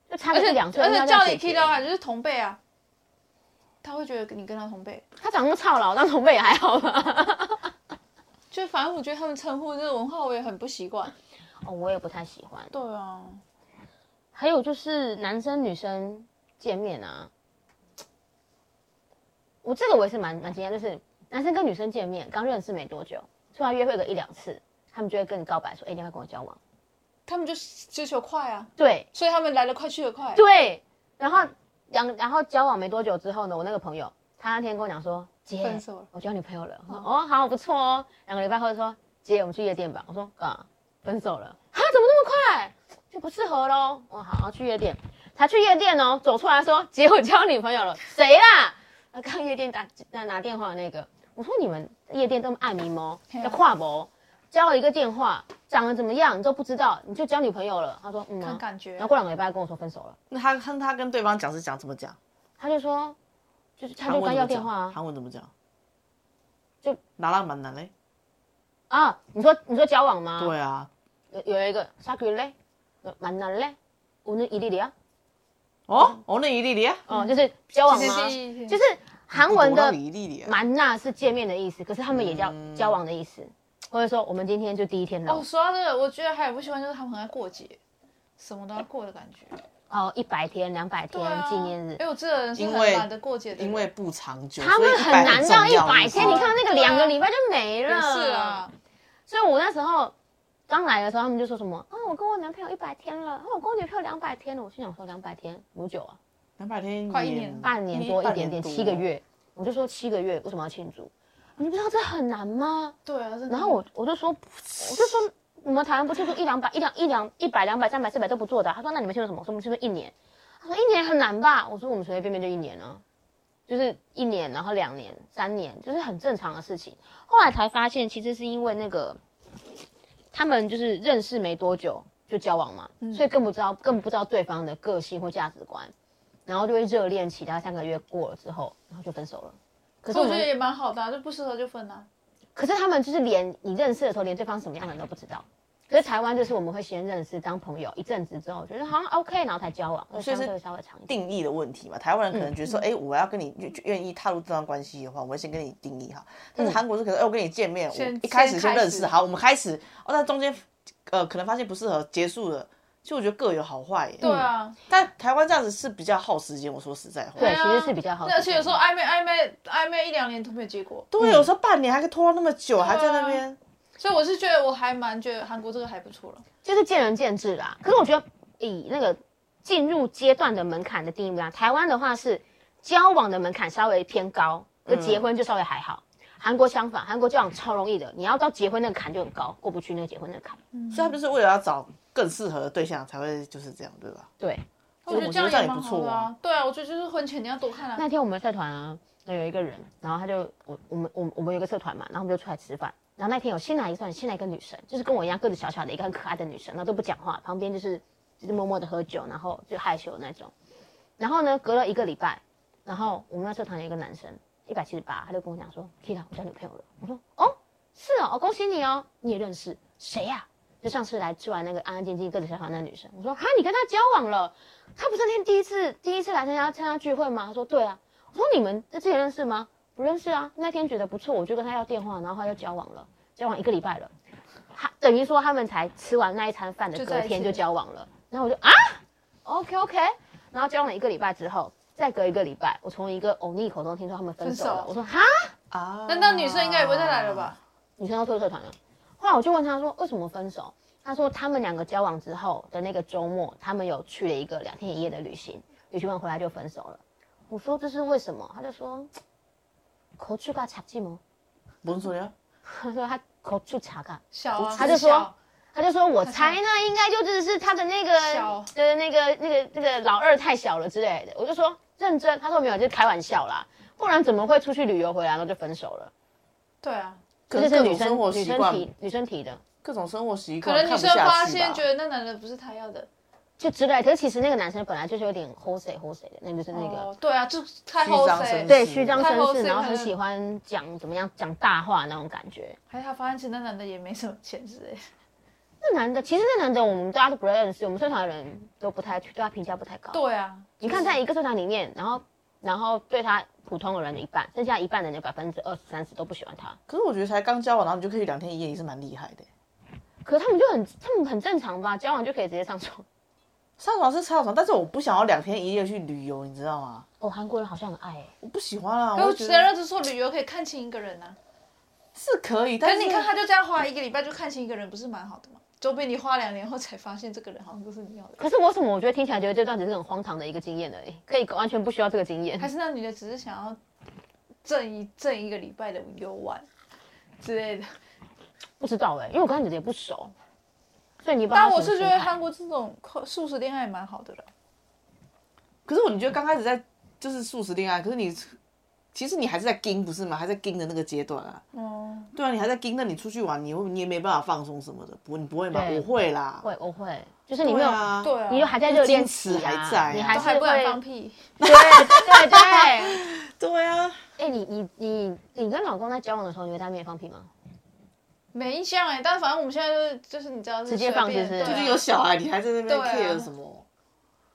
Speaker 3: 就差
Speaker 2: 而
Speaker 3: 个
Speaker 2: 且
Speaker 3: 一两岁，
Speaker 2: 而
Speaker 3: 那
Speaker 2: 且
Speaker 3: 这样
Speaker 2: 叫你
Speaker 3: 解决
Speaker 2: K 的话就是同辈啊，他会觉得你跟他同辈。
Speaker 3: 他长那么操劳，当同辈也还好吧？
Speaker 2: 就反正我觉得他们称呼这个文化我也很不习惯。
Speaker 3: 哦，我也不太喜欢。
Speaker 2: 对啊，
Speaker 3: 还有就是男生女生见面啊，我这个我也是蛮蛮惊讶，就是男生跟女生见面，刚认识没多久，出来约会个一两次，他们就会跟你告白说，哎、你要不要跟我交往？
Speaker 2: 他们就追求快啊，
Speaker 3: 对，
Speaker 2: 所以他们来得快去得快。
Speaker 3: 对，然后两然后交往没多久之后呢，我那个朋友他那天跟我讲说，姐，
Speaker 2: 分手了嗯
Speaker 3: 我交女朋友了。我说哦，好不错哦。两个礼拜后就说，姐，我们去夜店吧。我说啊，分手了。啊，怎么那么快？就不适合喽。我好，去夜店。才去夜店哦，走出来说，姐，我交女朋友了。谁啦？啊，刚夜店打打拿电话的那个。我说你们夜店这么爱迷 蒙，
Speaker 2: 嘿啊
Speaker 3: 要跨博，交一个电话，长得怎么样你都不知道，你就交女朋友了。他说嗯、啊，
Speaker 2: 看感觉
Speaker 3: 然后过两个礼拜跟我说分手了。
Speaker 4: 那他跟他跟对方讲是讲怎么讲？
Speaker 3: 他就说，就是他
Speaker 4: 韩
Speaker 3: 就
Speaker 4: 文
Speaker 3: 刚
Speaker 4: 怎
Speaker 3: 要
Speaker 4: 么
Speaker 3: 电
Speaker 4: 讲？
Speaker 3: 话啊
Speaker 4: 韩文怎么讲？
Speaker 3: 就
Speaker 4: 哪浪蛮难嘞？
Speaker 3: 啊！你说你说交往吗？，
Speaker 4: 对啊，
Speaker 3: 有有一个사귈래만날래오늘일일이야？
Speaker 4: 哦，我那一粒粒啊，
Speaker 3: 哦，就是交往
Speaker 2: 其
Speaker 3: 吗
Speaker 2: 实？嗯是
Speaker 3: 就是韩文
Speaker 4: 我
Speaker 3: 的
Speaker 4: 那一粒粒啊。
Speaker 3: 만나是见面的意思，可是他们也叫
Speaker 4: 嗯
Speaker 3: 交往的意思，或者说我们今天就第一天
Speaker 2: 哦，
Speaker 3: 了
Speaker 2: 说到这个，我觉得还有不喜欢就是他们很爱过节，什么都要过的感觉。
Speaker 3: 哦，一百天、两百天
Speaker 2: 对啊
Speaker 3: 纪念日
Speaker 2: 因。为我这个人是
Speaker 4: 因
Speaker 2: 很
Speaker 4: 为
Speaker 2: 懒得过节的人，
Speaker 4: 因为不长久，
Speaker 3: 他们
Speaker 4: 所以
Speaker 3: 很难到一
Speaker 4: 100
Speaker 3: 百
Speaker 4: 很
Speaker 3: 天，
Speaker 4: 重
Speaker 3: 你
Speaker 4: 要
Speaker 3: 看那个
Speaker 2: 对啊
Speaker 3: 两个礼拜就没
Speaker 2: 也
Speaker 3: 了。
Speaker 2: 是啊，，
Speaker 3: 所以我那时候刚来的时候，他们就说什么啊，我跟我男朋友一百天了，啊，我跟我女朋友两百天了。我心想说两百天多久啊？
Speaker 4: 两百天
Speaker 2: 快一年了
Speaker 3: 半年多一
Speaker 4: 半
Speaker 3: 点点，
Speaker 4: 年多
Speaker 3: 七个月。我就说七个月为什么要庆祝？你不知道这很难吗？
Speaker 2: 对啊。真的
Speaker 3: 然后我我就说，我就说你们台湾不庆祝一两百、一两一两一百、两百、三百、四百都不做的啊、他说那你们庆祝什么？我说我们庆祝一年。他说一年很难吧？我说我们随随便便就一年啊，就是一年，然后两年、三年，就是很正常的事情。后来才发现，其实是因为那个他们就是认识没多久就交往嘛，
Speaker 2: 嗯
Speaker 3: 所以更不知道更不知道对方的个性或价值观，然后就会热恋期，大概三个月过了之后，然后就分手了。可
Speaker 2: 可
Speaker 3: 是
Speaker 2: 是
Speaker 3: 我
Speaker 2: 我觉得
Speaker 3: 们，
Speaker 2: 也蛮好的啊，就不适合就分啊。
Speaker 3: 可是他们就是连你认识的时候，连对方什么样的人都不知道。可是台湾就是我们会先认识当朋友一阵子之后，觉得好像 OK，然后才交往，
Speaker 4: 所
Speaker 3: 相
Speaker 4: 以是
Speaker 3: 对稍微长一点。
Speaker 4: 定义的问题嘛。台湾人
Speaker 2: 嗯
Speaker 4: 可能觉得说，哎、我要跟你愿愿意踏入这段关系的话，我会先跟你定义哈。但是韩国是可能，哎、我跟你见面，我
Speaker 2: 嗯先
Speaker 4: 一开始
Speaker 2: 先
Speaker 4: 先
Speaker 2: 开
Speaker 4: 认
Speaker 2: 始
Speaker 4: 识，好，我们开始，哦，但中间呃可能发现不适合，结束了。其实我觉得各有好坏耶。
Speaker 3: 嗯
Speaker 2: 对啊，
Speaker 4: 但台湾这样子是比较耗时间，我说实在话。
Speaker 3: 对，
Speaker 2: 对
Speaker 3: 其实
Speaker 2: 啊
Speaker 3: 是比较好的。啊
Speaker 2: 那而且有时候暧昧暧昧暧昧一两年都没有结果，
Speaker 4: 对，有时候半年还可以拖到那么久，还在那
Speaker 2: 啊
Speaker 4: 边。
Speaker 2: 所以我是觉得我还蛮觉得韩国这个还不错了。
Speaker 3: 就是见仁见智啦。可是我觉得以那个进入阶段的门槛的定义不一样，台湾的话是交往的门槛稍微偏高，可结婚就稍微还好。韩国相反，韩国交往超容易的，你要到结婚那个坎就很高，过不去那个结婚那个坎。
Speaker 2: 嗯
Speaker 4: 所以他们就是为了要找更适合的对象才会就是这样，对吧？
Speaker 3: 对，
Speaker 2: 我觉得
Speaker 4: 我
Speaker 2: 这
Speaker 4: 觉得
Speaker 2: 样
Speaker 4: 这样
Speaker 2: 也
Speaker 4: 也
Speaker 2: 蛮
Speaker 4: 不
Speaker 2: 好
Speaker 4: 错
Speaker 2: 的
Speaker 4: 啊
Speaker 2: 啊。对啊，我觉得就是婚前你要多看啊。
Speaker 3: 那天我们社团啊，那有一个人，然后他就我我们我们我们有一个社团嘛，然后我们就出来吃饭。然后那天有新来一算，新来一个女生，就是跟我一样个子小小的一个很可爱的女生，然后都不讲话，旁边就是就是默默的喝酒，然后就害羞那种。然后呢，隔了一个礼拜，然后我们那社团有一个男生，一百七十八，他就跟我讲说，Kita，我交女朋友了。我说，哦，是哦，哦，恭喜你哦，你也认识谁呀、就上次来吃完那个安安静静个子小小的那女生，我说，哈，你跟她交往了？她不是那天第一次第一次来参加参加聚会吗？她说，对啊。我说你们之前认识吗？不认识啊。那天觉得不错，我就跟他要电话，然后他就交往了，交往一个礼拜了。他等于说他们才吃完那一餐饭的
Speaker 2: 就
Speaker 3: 隔
Speaker 2: 在一起
Speaker 3: 天就
Speaker 2: 了
Speaker 3: 交往了。然后我就啊，OK OK，然后交往了一个礼拜之后，再隔一个礼拜，我从一个欧尼口中听说他们分手了。
Speaker 2: 分手
Speaker 3: 我说哈，
Speaker 4: 啊，
Speaker 2: 难道女生应该也不会再来了
Speaker 4: 哦
Speaker 2: 吧？
Speaker 3: 女生要退社团了。后来我就问他说为什么分手，他说他们两个交往之后的那个周末，他们有去了一个两天一夜的旅行，旅行完回来就分手了。我说这是为什么？他就说口出噶查寂寞，
Speaker 4: 不是说呀，
Speaker 3: 他说他口出查噶，
Speaker 2: 小啊，
Speaker 3: 他就说
Speaker 2: 小
Speaker 3: 他就说我猜那应该就只是他的那个
Speaker 2: 小
Speaker 3: 的那个那个那个老二太小了之类的。我就说认真，他说没有，就是开玩笑啦，不然怎么会出去旅游回来然后就分手了？
Speaker 2: 对啊，
Speaker 4: 可
Speaker 3: 这
Speaker 4: 是
Speaker 3: 是
Speaker 4: 各
Speaker 3: 女
Speaker 4: 种生活
Speaker 3: 生女
Speaker 4: 习
Speaker 3: 生
Speaker 4: 惯，
Speaker 3: 提女生提的，
Speaker 4: 各种生活习
Speaker 2: 可
Speaker 4: 惯，
Speaker 2: 能女生
Speaker 4: 看不下
Speaker 2: 发
Speaker 4: 去
Speaker 2: 现
Speaker 4: 吧
Speaker 2: 觉得那男的不是她要的，
Speaker 3: 就 之类。可是其实那个男生本来就是有点 h o s e h o s e 的，那就是那个、
Speaker 2: 哦，对啊，就太
Speaker 4: 虚
Speaker 2: 后
Speaker 4: 张
Speaker 2: 谁
Speaker 4: 声势
Speaker 3: 对虚张
Speaker 2: 太
Speaker 3: 声
Speaker 2: wholesome
Speaker 3: 势，嗯然后
Speaker 2: 了
Speaker 3: 很喜欢讲怎么样讲大话那种感觉。
Speaker 2: 还是他发现其实那男的也没什么钱之 类的。
Speaker 3: 那男的其实那男的我们大家都不认识，我们社团的人都不太对他评价不太高。
Speaker 2: 对啊，
Speaker 3: 你看，在一个社团里面，然后然后对他普通的人的一半，剩下一半的人有百分之二十三十都不喜欢他。
Speaker 4: 可是我觉得才刚交往，然后你就可以两天一夜，也是蛮厉害的。
Speaker 3: 可是他们就很他们很正常吧，交往就可以直接上床。
Speaker 4: 上床是上床，但是我不想要两天一夜去旅游，你知道吗？
Speaker 3: 哦，韩国人好像很爱、欸，
Speaker 4: 我不喜欢啊，
Speaker 2: 可
Speaker 4: 我
Speaker 2: 我
Speaker 4: 觉
Speaker 2: 前
Speaker 4: 得
Speaker 2: 任就说旅游可以看清一个人啊，
Speaker 4: 是可以，
Speaker 2: 可
Speaker 4: 但
Speaker 2: 是
Speaker 4: 是
Speaker 2: 你看他就这样花一个礼拜就看清一个人，不是蛮好的吗？总比你花两年后才发现这个人好像不是你要的。
Speaker 3: 可是为什么我觉得听起来觉得这段只是很荒唐的一个经验而已，可以完全不需要这个经验
Speaker 2: 还。是那女的只是想要挣一挣一个礼拜的游玩之类的。
Speaker 3: 不知道哎、因为我跟他姐姐也不熟，所以你不知道
Speaker 2: 但
Speaker 3: 他
Speaker 2: 我
Speaker 3: 什么
Speaker 2: 是觉
Speaker 3: 心
Speaker 2: 得
Speaker 3: 态
Speaker 2: 韩国这种素食恋爱蛮好的了。
Speaker 4: 可是我你觉得刚开始在就是素食恋爱，可是你其实你还是在盯不是吗？还在盯的那个阶段啊。
Speaker 2: 哦，
Speaker 4: 对啊，你还在盯，那你出去玩，你会你也没办法放松什么的，不你不会吗？
Speaker 3: 对
Speaker 4: 我会啦，
Speaker 3: 会我会，就是你没
Speaker 4: 对
Speaker 3: 有，
Speaker 4: 啊，
Speaker 2: 对啊，
Speaker 3: 你就还在热恋期
Speaker 4: 矜持还在啊
Speaker 3: 你
Speaker 2: 都
Speaker 3: 还
Speaker 2: 还
Speaker 3: 是
Speaker 2: 不敢
Speaker 3: 会
Speaker 2: 放屁，
Speaker 3: 对对对。
Speaker 4: 对啊，
Speaker 3: 哎、你你你你跟老公在交往的时候，你会在面放屁吗？
Speaker 2: 没印象哎。但反正我们现在就是就是你知道是
Speaker 3: 直接放
Speaker 2: 随便
Speaker 3: 就是
Speaker 2: 对啊
Speaker 4: 就是有小孩，你还在那边
Speaker 2: 对啊
Speaker 4: care 什么？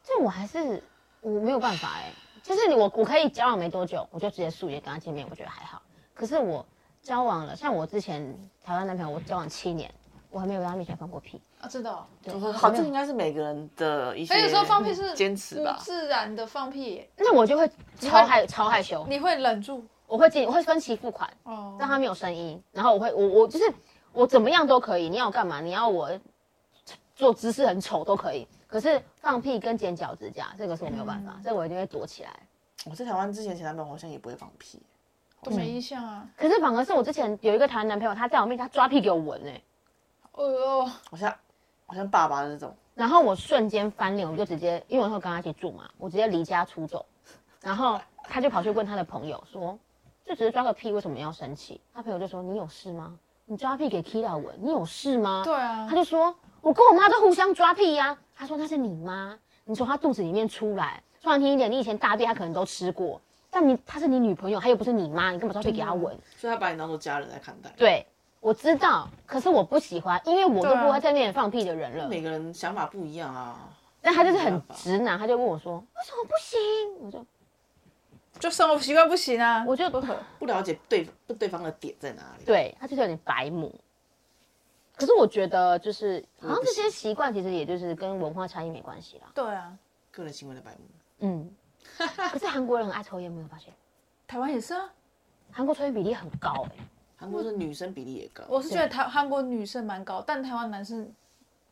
Speaker 3: 这我还是我没有办法哎、就是你我我可以交往没多久，我就直接素颜跟他见面，我觉得还好。可是我交往了，像我之前台湾男朋友，我交往七年，我还没有在他面前放过屁。
Speaker 2: 啊，真的哦。
Speaker 3: 对
Speaker 4: 我说
Speaker 3: 好
Speaker 4: 好，这应该是每个人的一些。
Speaker 2: 所以说放屁是
Speaker 4: 嗯坚持吧
Speaker 2: 不自然的放屁耶，
Speaker 3: 那我就会超害超害羞，
Speaker 2: 你会忍住
Speaker 3: 我会进我会分期付款，
Speaker 2: 哦。
Speaker 3: 让他没有声音，然后我会我我就是我怎么样都可以，你要我干嘛，你要我做姿势很丑都可以，可是放屁跟剪脚趾甲这个是我没有办法，所以我一定会躲起来。
Speaker 4: 我在台湾之前前男朋友好像也不会放屁，
Speaker 2: 都
Speaker 3: 嗯
Speaker 2: 没印象啊。
Speaker 3: 可是反而是我之前有一个台湾男朋友，他在我面前他抓屁给我闻哎、
Speaker 2: 哦哦，
Speaker 4: 好像好像爸爸的那种。
Speaker 3: 然后我瞬间翻脸，我就直接因为我会跟他一起住嘛，我直接离家出走，然后他就跑去问他的朋友说，就只是抓个屁，为什么要生气？他朋友就说你有事吗？你抓屁给 Kira 闻，你有事吗？
Speaker 2: 对啊
Speaker 3: 他，就说：“我跟我妈都互相抓屁呀、他说：“那是你妈，你从她肚子里面出来，说难听一点，你以前大便她可能都吃过，但你她是你女朋友，她又不是你妈，你干嘛抓屁给她闻
Speaker 4: 所以他把你当做家人来看待？”。
Speaker 3: 对，我知道，可是我不喜欢，因为我就
Speaker 2: 对啊
Speaker 3: 不会在那里放屁的人了。
Speaker 4: 每个人想法不一样啊，
Speaker 3: 但他就是很
Speaker 4: 没办法
Speaker 3: 直男，他就问我说：“为什么不行？”我就
Speaker 2: 就生活习惯不行啊。
Speaker 3: 我就
Speaker 2: 不合。
Speaker 4: 不了解对不对方的点在哪里。
Speaker 3: 对他就是有点白目。可是我觉得就是好像
Speaker 4: 不
Speaker 3: 这些习惯其实也就是跟文化差异没关系啦。
Speaker 2: 对啊，
Speaker 4: 个人行为的白目，
Speaker 3: 嗯，可是韩国人很爱抽烟，没有发现？
Speaker 2: 台湾也是啊。
Speaker 3: 韩国抽烟比例很高哎、
Speaker 4: 韩国的女生比例也高。
Speaker 2: 我是觉得台韩国女生蛮高，但台湾男生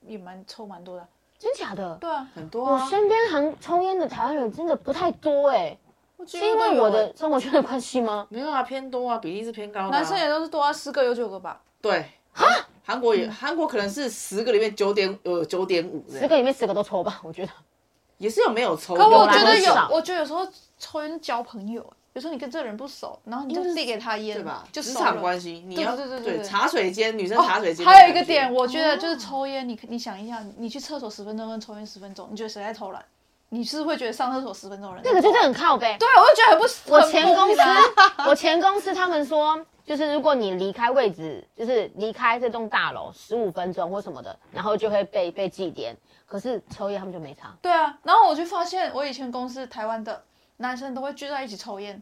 Speaker 2: 也蛮抽蛮多的。啊
Speaker 3: 真假的？
Speaker 2: 对啊，
Speaker 4: 很多
Speaker 3: 我
Speaker 4: 啊，
Speaker 3: 身边韩抽烟的台湾人真的不太多哎、
Speaker 2: 我几
Speaker 3: 是
Speaker 2: 乎
Speaker 3: 因
Speaker 2: 都
Speaker 3: 为
Speaker 2: 有
Speaker 3: 我
Speaker 2: 欸
Speaker 3: 的生活圈的关系吗？
Speaker 4: 没有啊，偏多啊，比例是偏高的啊。
Speaker 2: 男生也都是多啊，十个有九个吧。
Speaker 4: 对，韩国也韩国可能是十个里面九点呃九点五
Speaker 3: 十个里面十个都抽吧，我 觉得。
Speaker 4: 也是有没有抽。
Speaker 2: 可我
Speaker 3: 啦
Speaker 2: 觉得
Speaker 3: 很
Speaker 2: 有
Speaker 3: 少，
Speaker 2: 我觉得有时候抽烟交朋友，有时候你跟这个人不熟，然后你就递给他烟，
Speaker 4: 对吧？
Speaker 2: 就
Speaker 4: 职
Speaker 2: 熟
Speaker 4: 场
Speaker 2: 了
Speaker 4: 关系，你要
Speaker 2: 对对对对对哦
Speaker 4: 茶水间女生茶水间的感觉。
Speaker 2: 还有一个点，我觉
Speaker 3: 哦
Speaker 2: 得就是抽烟，你你想一下，你去厕所十分钟跟抽烟十分钟，你觉得谁在偷懒？你是会觉得上厕所十分钟的人在
Speaker 3: 那个
Speaker 2: 偷
Speaker 3: 就
Speaker 2: 懒
Speaker 3: 是很靠背。
Speaker 2: 对，啊我就觉得很不，
Speaker 3: 我
Speaker 2: 很
Speaker 3: 前
Speaker 2: 莫
Speaker 3: 啊公
Speaker 2: 名
Speaker 3: 司
Speaker 2: 的啊，
Speaker 3: 我前公司他们说，就是如果你离开位置，就是离开这栋大楼十五分钟或什么的，然后就会被被记点。可是抽烟他们就没差，
Speaker 2: 对啊，然后我就发现我以前公司台湾的男生都会聚在一起抽烟。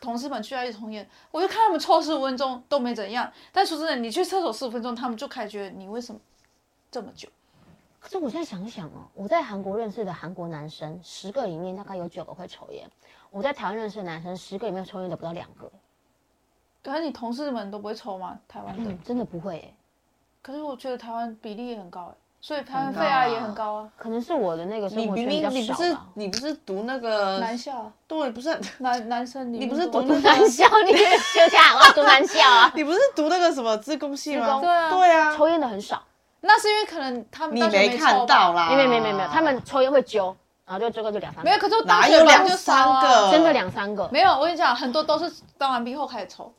Speaker 2: 同事们聚在一起抽烟，我就看他们抽十五分钟都没怎样。但说真的，你去厕所十五分钟，他们就开始觉得你为什么这么久？
Speaker 3: 可是我现在想一想哦，我在韩国认识的韩国男生，十个里面大概有九个会抽烟；我在台湾认识的男生，十个里面抽烟的不到两个，
Speaker 2: 可是你同事们都不会抽吗？台湾的？
Speaker 3: 嗯，真的不会耶。
Speaker 2: 可是我觉得台湾比例也很高哎，所以台湾
Speaker 4: 很
Speaker 2: 肺
Speaker 4: 高啊
Speaker 2: 癌也很高啊，
Speaker 3: 可能是我的那个生
Speaker 4: 你
Speaker 3: 活
Speaker 4: 明
Speaker 3: 圈比
Speaker 4: 明
Speaker 3: 较
Speaker 4: 你不
Speaker 3: 少啊
Speaker 4: 是
Speaker 3: 吧。
Speaker 4: 你不是读那个
Speaker 2: 男校啊
Speaker 4: 对，不是
Speaker 2: 男男生里面
Speaker 4: 呃你不是
Speaker 2: 多
Speaker 4: 读
Speaker 2: 的
Speaker 4: 那。
Speaker 3: 男校，你也休假，我要读男校啊
Speaker 4: 你不是读那个什么自贡系
Speaker 3: 资
Speaker 4: 吗？
Speaker 3: 工
Speaker 2: 对啊
Speaker 4: 对啊，
Speaker 3: 抽烟的很少，
Speaker 2: 那是因为可能他们
Speaker 4: 你
Speaker 2: 大学
Speaker 4: 没
Speaker 2: 抽
Speaker 4: 看
Speaker 2: 吧
Speaker 4: 到啦？
Speaker 3: 没没没没没有，他们抽烟会揪，然后就这个就两三
Speaker 2: 没有，
Speaker 3: 个，
Speaker 2: 可是我大
Speaker 4: 哪
Speaker 2: 学
Speaker 4: 有
Speaker 2: 本来
Speaker 4: 两
Speaker 2: 就抽
Speaker 4: 三
Speaker 2: 啊
Speaker 4: 个？
Speaker 3: 真的两三个。
Speaker 2: 没有，我跟你讲，很多都是当完兵后开始抽。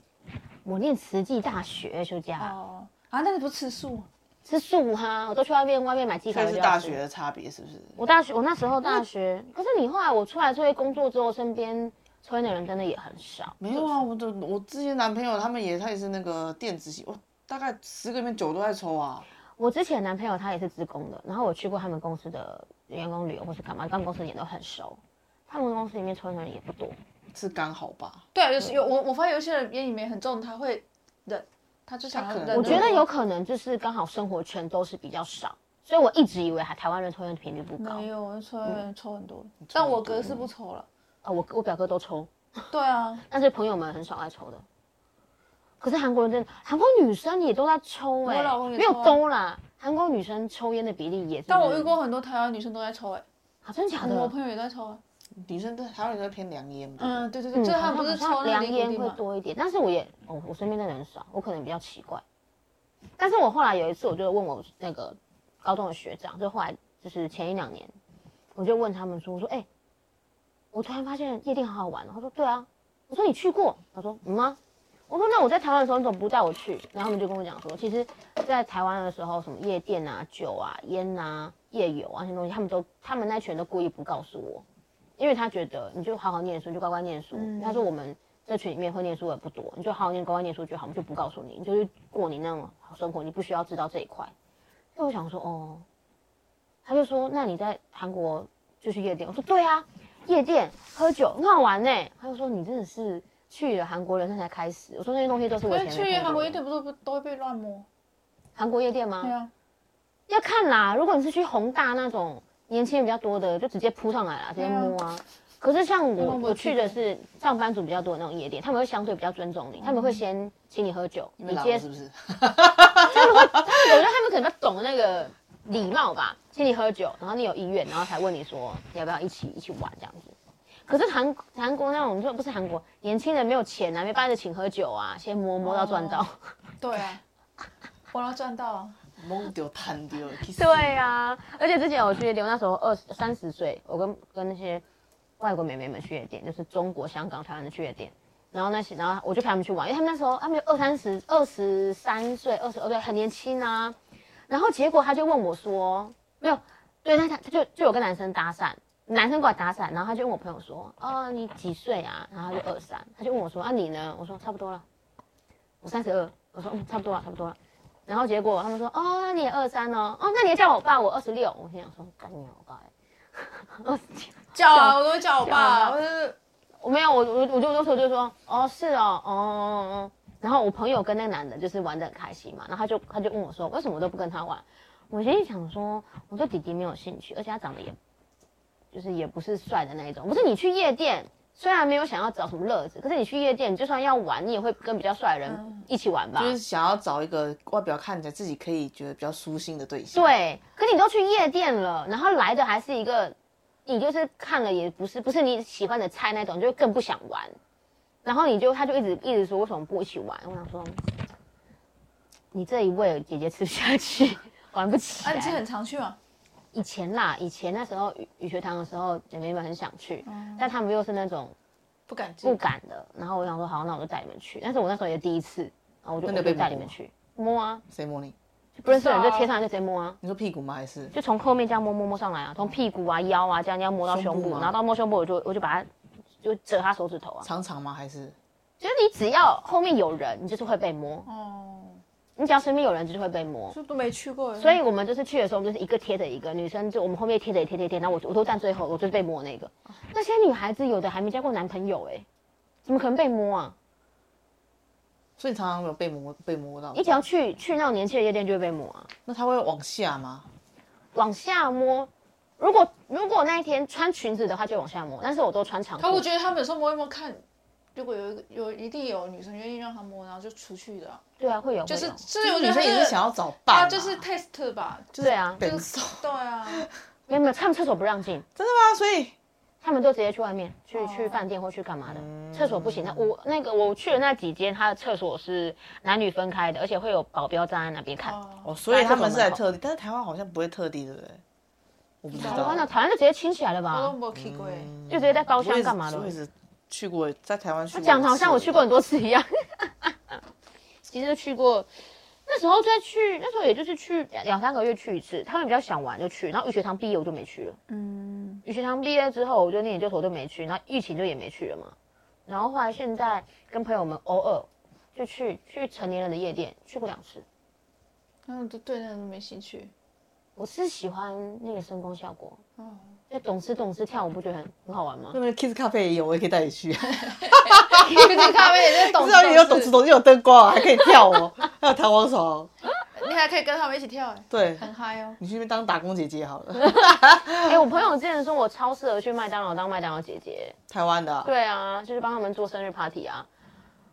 Speaker 3: 我念慈济大学休假，
Speaker 2: 哦，啊，那你不是吃素吗？
Speaker 3: 吃素哈，我都去外面外面买鸡
Speaker 4: 这
Speaker 3: 排
Speaker 4: 是
Speaker 3: 就
Speaker 4: 大
Speaker 3: 要吃
Speaker 4: 学。的差别是不是？
Speaker 3: 我大学我那时候大学，可是你后来我出来社会工作之后，身边抽烟的人真的也很少。
Speaker 4: 没有啊，我的我之前男朋友他们也他也是那个电子系，我大概十个里面九都在抽啊。
Speaker 3: 我之前男朋友他也是自工的，然后我去过他们公司的员工旅游或是干嘛，他们公司也都很熟，他们公司里面抽烟的人也不多。
Speaker 4: 是刚好吧？
Speaker 2: 对啊，有时有我我发现有些人烟瘾没很重，他会忍，他就想要
Speaker 4: 他可能
Speaker 2: 忍。
Speaker 3: 我觉得有可能就是刚好生活圈都是比较少，所以我一直以为还台湾人抽烟频率不高
Speaker 2: 没。有，
Speaker 4: 嗯
Speaker 2: 我抽烟抽很多，但我哥是不抽了。
Speaker 3: 啊，我我表哥都抽，
Speaker 2: 对啊，
Speaker 4: 嗯
Speaker 3: 但是朋友们很少爱抽的。可是韩国人真的，韩国女生也都在抽哎、
Speaker 2: 我老公也
Speaker 3: 没
Speaker 2: 抽啊
Speaker 3: 有勾啦。韩国女生抽烟的比例也是，
Speaker 2: 但我
Speaker 4: 嗯
Speaker 2: 遇过很多台湾女生都在抽，哎，
Speaker 3: 啊，真的假的？
Speaker 2: 我朋友也在抽啊。
Speaker 4: 女生都台湾人都偏良烟吧？
Speaker 2: 嗯，对对对，就是他
Speaker 3: 好
Speaker 2: 们
Speaker 3: 像
Speaker 2: 不是
Speaker 3: 好像
Speaker 2: 抽那
Speaker 3: 凉
Speaker 2: 个尼古
Speaker 3: 烟
Speaker 2: 丁
Speaker 3: 会
Speaker 2: 嘛？
Speaker 3: 多一点，但是我也，哦，我身边的人少，我可能比较奇怪。但是我后来有一次，我就问我那个高中的学长，就后来就是前一两年，我就问他们说，我说，哎、我突然发现夜店好好玩哦。他说，对啊。我说你去过？他说，嗯啊。我说那我在台湾的时候你怎么不带我去？然后他们就跟我讲说，其实，在台湾的时候，什么夜店啊、酒啊、烟啊、夜游啊那些东西，他们都他们那群人都故意不告诉我，因为他觉得你就好好念书，你就乖乖念书。他说我们这群里面会念书的不多，你就好好念乖乖念书就好，我们就不告诉你，你就去过你那种好生活，你不需要知道这一块。所以我想说，哦，他就说那你在韩国就去夜店，我说对啊，夜店喝酒很好玩呢、他就说你真的是去了韩国人生才开始。我说那些东嗯西都是我
Speaker 2: 因
Speaker 3: 以
Speaker 2: 为
Speaker 3: 前没
Speaker 2: 去
Speaker 3: 碰
Speaker 2: 韩国
Speaker 3: 过
Speaker 2: 夜
Speaker 3: 的
Speaker 2: 店不是都会被乱摸？
Speaker 3: 韩国夜店吗？
Speaker 2: 对啊，
Speaker 3: 要看啦，如果你是去宏大那种年轻人比较多的，就直接扑上来啦，直接摸啊。可是像我
Speaker 2: 那我
Speaker 3: 我去的是上班族比较多的那种夜店，他们会相对比较尊重你，他
Speaker 2: 嗯
Speaker 3: 们会先请你喝酒，
Speaker 4: 因为
Speaker 3: 你
Speaker 4: 老
Speaker 3: 接
Speaker 4: 了是不是？
Speaker 3: 我觉得他们可能比较懂那个礼貌吧，请你喝酒，然后你有意愿，然后才问你说你要不要一起一起玩这样子。可是韩韩国那种就不是韩国年轻人没有钱啊，没办法就请喝酒啊，先摸摸到赚到。
Speaker 2: 对啊，我要赚到啊。
Speaker 4: 蒙丢贪 丢，去死
Speaker 3: 对啊，而且之前我去夜店，我那时候二三十岁，我跟跟那些外国美眉们去夜店，就是中国、香港、台湾的去夜店。然后那些，然后我就陪他们去玩，因为他们那时候他们二三十、二十三岁、二十二岁，很年轻啊。然后结果他就问我说，没有，对，他他他就就有跟男生搭讪，男生跟我搭讪，然后他就问我朋友说，哦，你几岁啊？然后他就二三，他就问我说，啊你呢？我说差不多了，我三十二，我说嗯差不多了，差不多了。然后结果他们说，哦，那你也二三哦，哦，那你也叫我爸，我二十六。我心想说，干你我爸欸，二十六。
Speaker 2: 叫啊，我都会叫我
Speaker 3: 叫
Speaker 2: 爸
Speaker 3: 啊
Speaker 2: 啊，我就是
Speaker 3: 我没有，我我我就我就我就说，哦，是哦，哦哦哦。然后我朋友跟那个男的就是玩的很开心嘛，然后他就他就问我说，为什么我都不跟他玩？我心里想说，我对弟弟没有兴趣，而且他长得也，就是也不是帅的那一种。不是你去夜店，虽然没有想要找什么乐子，可是你去夜店，你就算要玩，你也会跟比较帅的人一起玩吧？
Speaker 4: 就是想要找一个外表看起来自己可以觉得比较舒心的对象。
Speaker 3: 对，可你都去夜店了，然后来的还是一个，你就是看了也不是不是你喜欢的菜那种，就更不想玩。然后你就他就一直一直说为什么不一起玩？我想说，你这一位姐姐吃不下去，玩不起
Speaker 2: 啊，你之前
Speaker 3: 来。
Speaker 2: 很常去嘛？
Speaker 3: 以前啦，以前那时候语语学堂的时候，姐妹们很想去，但她们又是那种
Speaker 2: 不敢进
Speaker 3: 不。敢的。然后我想说，好，那我就带你们去。但是我那时候也第一次，然后我就我
Speaker 4: 那你有
Speaker 3: 就
Speaker 4: 被
Speaker 3: 带你
Speaker 4: 摸
Speaker 3: 们
Speaker 4: 吗
Speaker 3: 去摸啊，
Speaker 4: 谁摸你？
Speaker 3: 就不认识的人就
Speaker 2: 知道啊
Speaker 3: 贴上来就直接摸啊。
Speaker 4: 你说屁股吗？还是
Speaker 3: 就从后面这样摸摸摸上来啊，从屁股啊、腰啊这样这样摸到胸
Speaker 4: 胸部
Speaker 3: 部，
Speaker 4: 吗
Speaker 3: 然后到摸胸部我就我就把它就折他手指头啊，
Speaker 4: 长长吗？还是
Speaker 3: 就是你只要后面有人，你就是会被摸，
Speaker 2: 哦，
Speaker 3: 你只要身边有人就是会被摸。
Speaker 2: 就都没去过。
Speaker 3: 所以我们就是去的时候，我们就是一个贴着一个，女生就我们后面贴着也贴贴贴，然后我我都站最后，我就是被摸那个。那些女孩子有的还没交过男朋友哎、怎么可能被摸啊？
Speaker 4: 所以你常常有被摸被摸到
Speaker 3: 你？只要去去那种年轻的夜店就会被摸啊。
Speaker 4: 那他会往下吗？
Speaker 3: 往下摸。如果如果那一天穿裙子的话，就往下摸，但是我都穿长裤。
Speaker 2: 可我觉得他们有时候摸一摸看，如果有一个有一定有女生愿意让他摸，然后就出去的啊、
Speaker 3: 对啊，会有，
Speaker 2: 就是
Speaker 3: 会有
Speaker 2: 就是我觉
Speaker 4: 女
Speaker 2: 得
Speaker 4: 生也是想要找伴嘛、
Speaker 2: 他就是 test 吧，就是
Speaker 3: 对啊，
Speaker 4: 对
Speaker 2: 就是对啊，
Speaker 3: 没有没有，他们厕所不让进，
Speaker 4: 真的吗？所以
Speaker 3: 他们都直接去外面，去、
Speaker 4: 哦
Speaker 3: 去饭店或去干嘛的，
Speaker 4: 嗯
Speaker 3: 厕所不行。那我那个我去的那几间，他的厕所是男女分开的，而且会有保镖站在那边看。
Speaker 2: 哦，
Speaker 4: 哦，所以他
Speaker 3: 来
Speaker 4: 们
Speaker 3: 这种
Speaker 4: 是在
Speaker 3: 门口
Speaker 4: 特地，但是台湾好像不会特地，对不对？我不知
Speaker 2: 台
Speaker 3: 台湾
Speaker 4: 道
Speaker 3: 的，台湾就直接亲起来了
Speaker 2: 我都
Speaker 3: 吧，
Speaker 2: 没有去过欸，
Speaker 3: 就直接在包
Speaker 4: 我
Speaker 3: 厢
Speaker 4: 也
Speaker 3: 干嘛
Speaker 4: 是
Speaker 3: 的
Speaker 4: 哦我？也是去过，在台湾去过一次。
Speaker 3: 讲的好像我去过很多次一样。 其实去过，那时候再去，那时候也就是去两两三个月去一次，他们比较想玩就去，然后语学堂毕业我就没去了。
Speaker 2: 嗯，
Speaker 3: 语学堂毕业之后，我就念研究所就没去，然后疫情就也没去了嘛。然后后来现在跟朋友们偶尔就去去成年人的夜店，去过两次。
Speaker 2: 然后都嗯对那个都没兴趣，
Speaker 3: 我是喜欢那个声光效果，
Speaker 2: 哦，
Speaker 3: 就懂事懂事跳舞，不觉得很很好玩吗
Speaker 4: 那？边 Kiss 咖啡也有，我也可以带你 去。知
Speaker 2: 去去咖啡也在 懂，
Speaker 4: 道你有懂
Speaker 2: 事
Speaker 4: 吃，懂事，有灯光啊，还可以跳 哦，还有弹簧床。
Speaker 2: 你还可以跟他们一起跳，哎，
Speaker 4: 对，
Speaker 2: 很嗨哦，
Speaker 4: 你去那边当打工姐姐好了，
Speaker 3: 哎、我朋友之前说我超适合去麦当劳当麦当劳姐姐。
Speaker 4: 台湾的啊。
Speaker 3: 对啊，就是帮他们做生日 party 啊。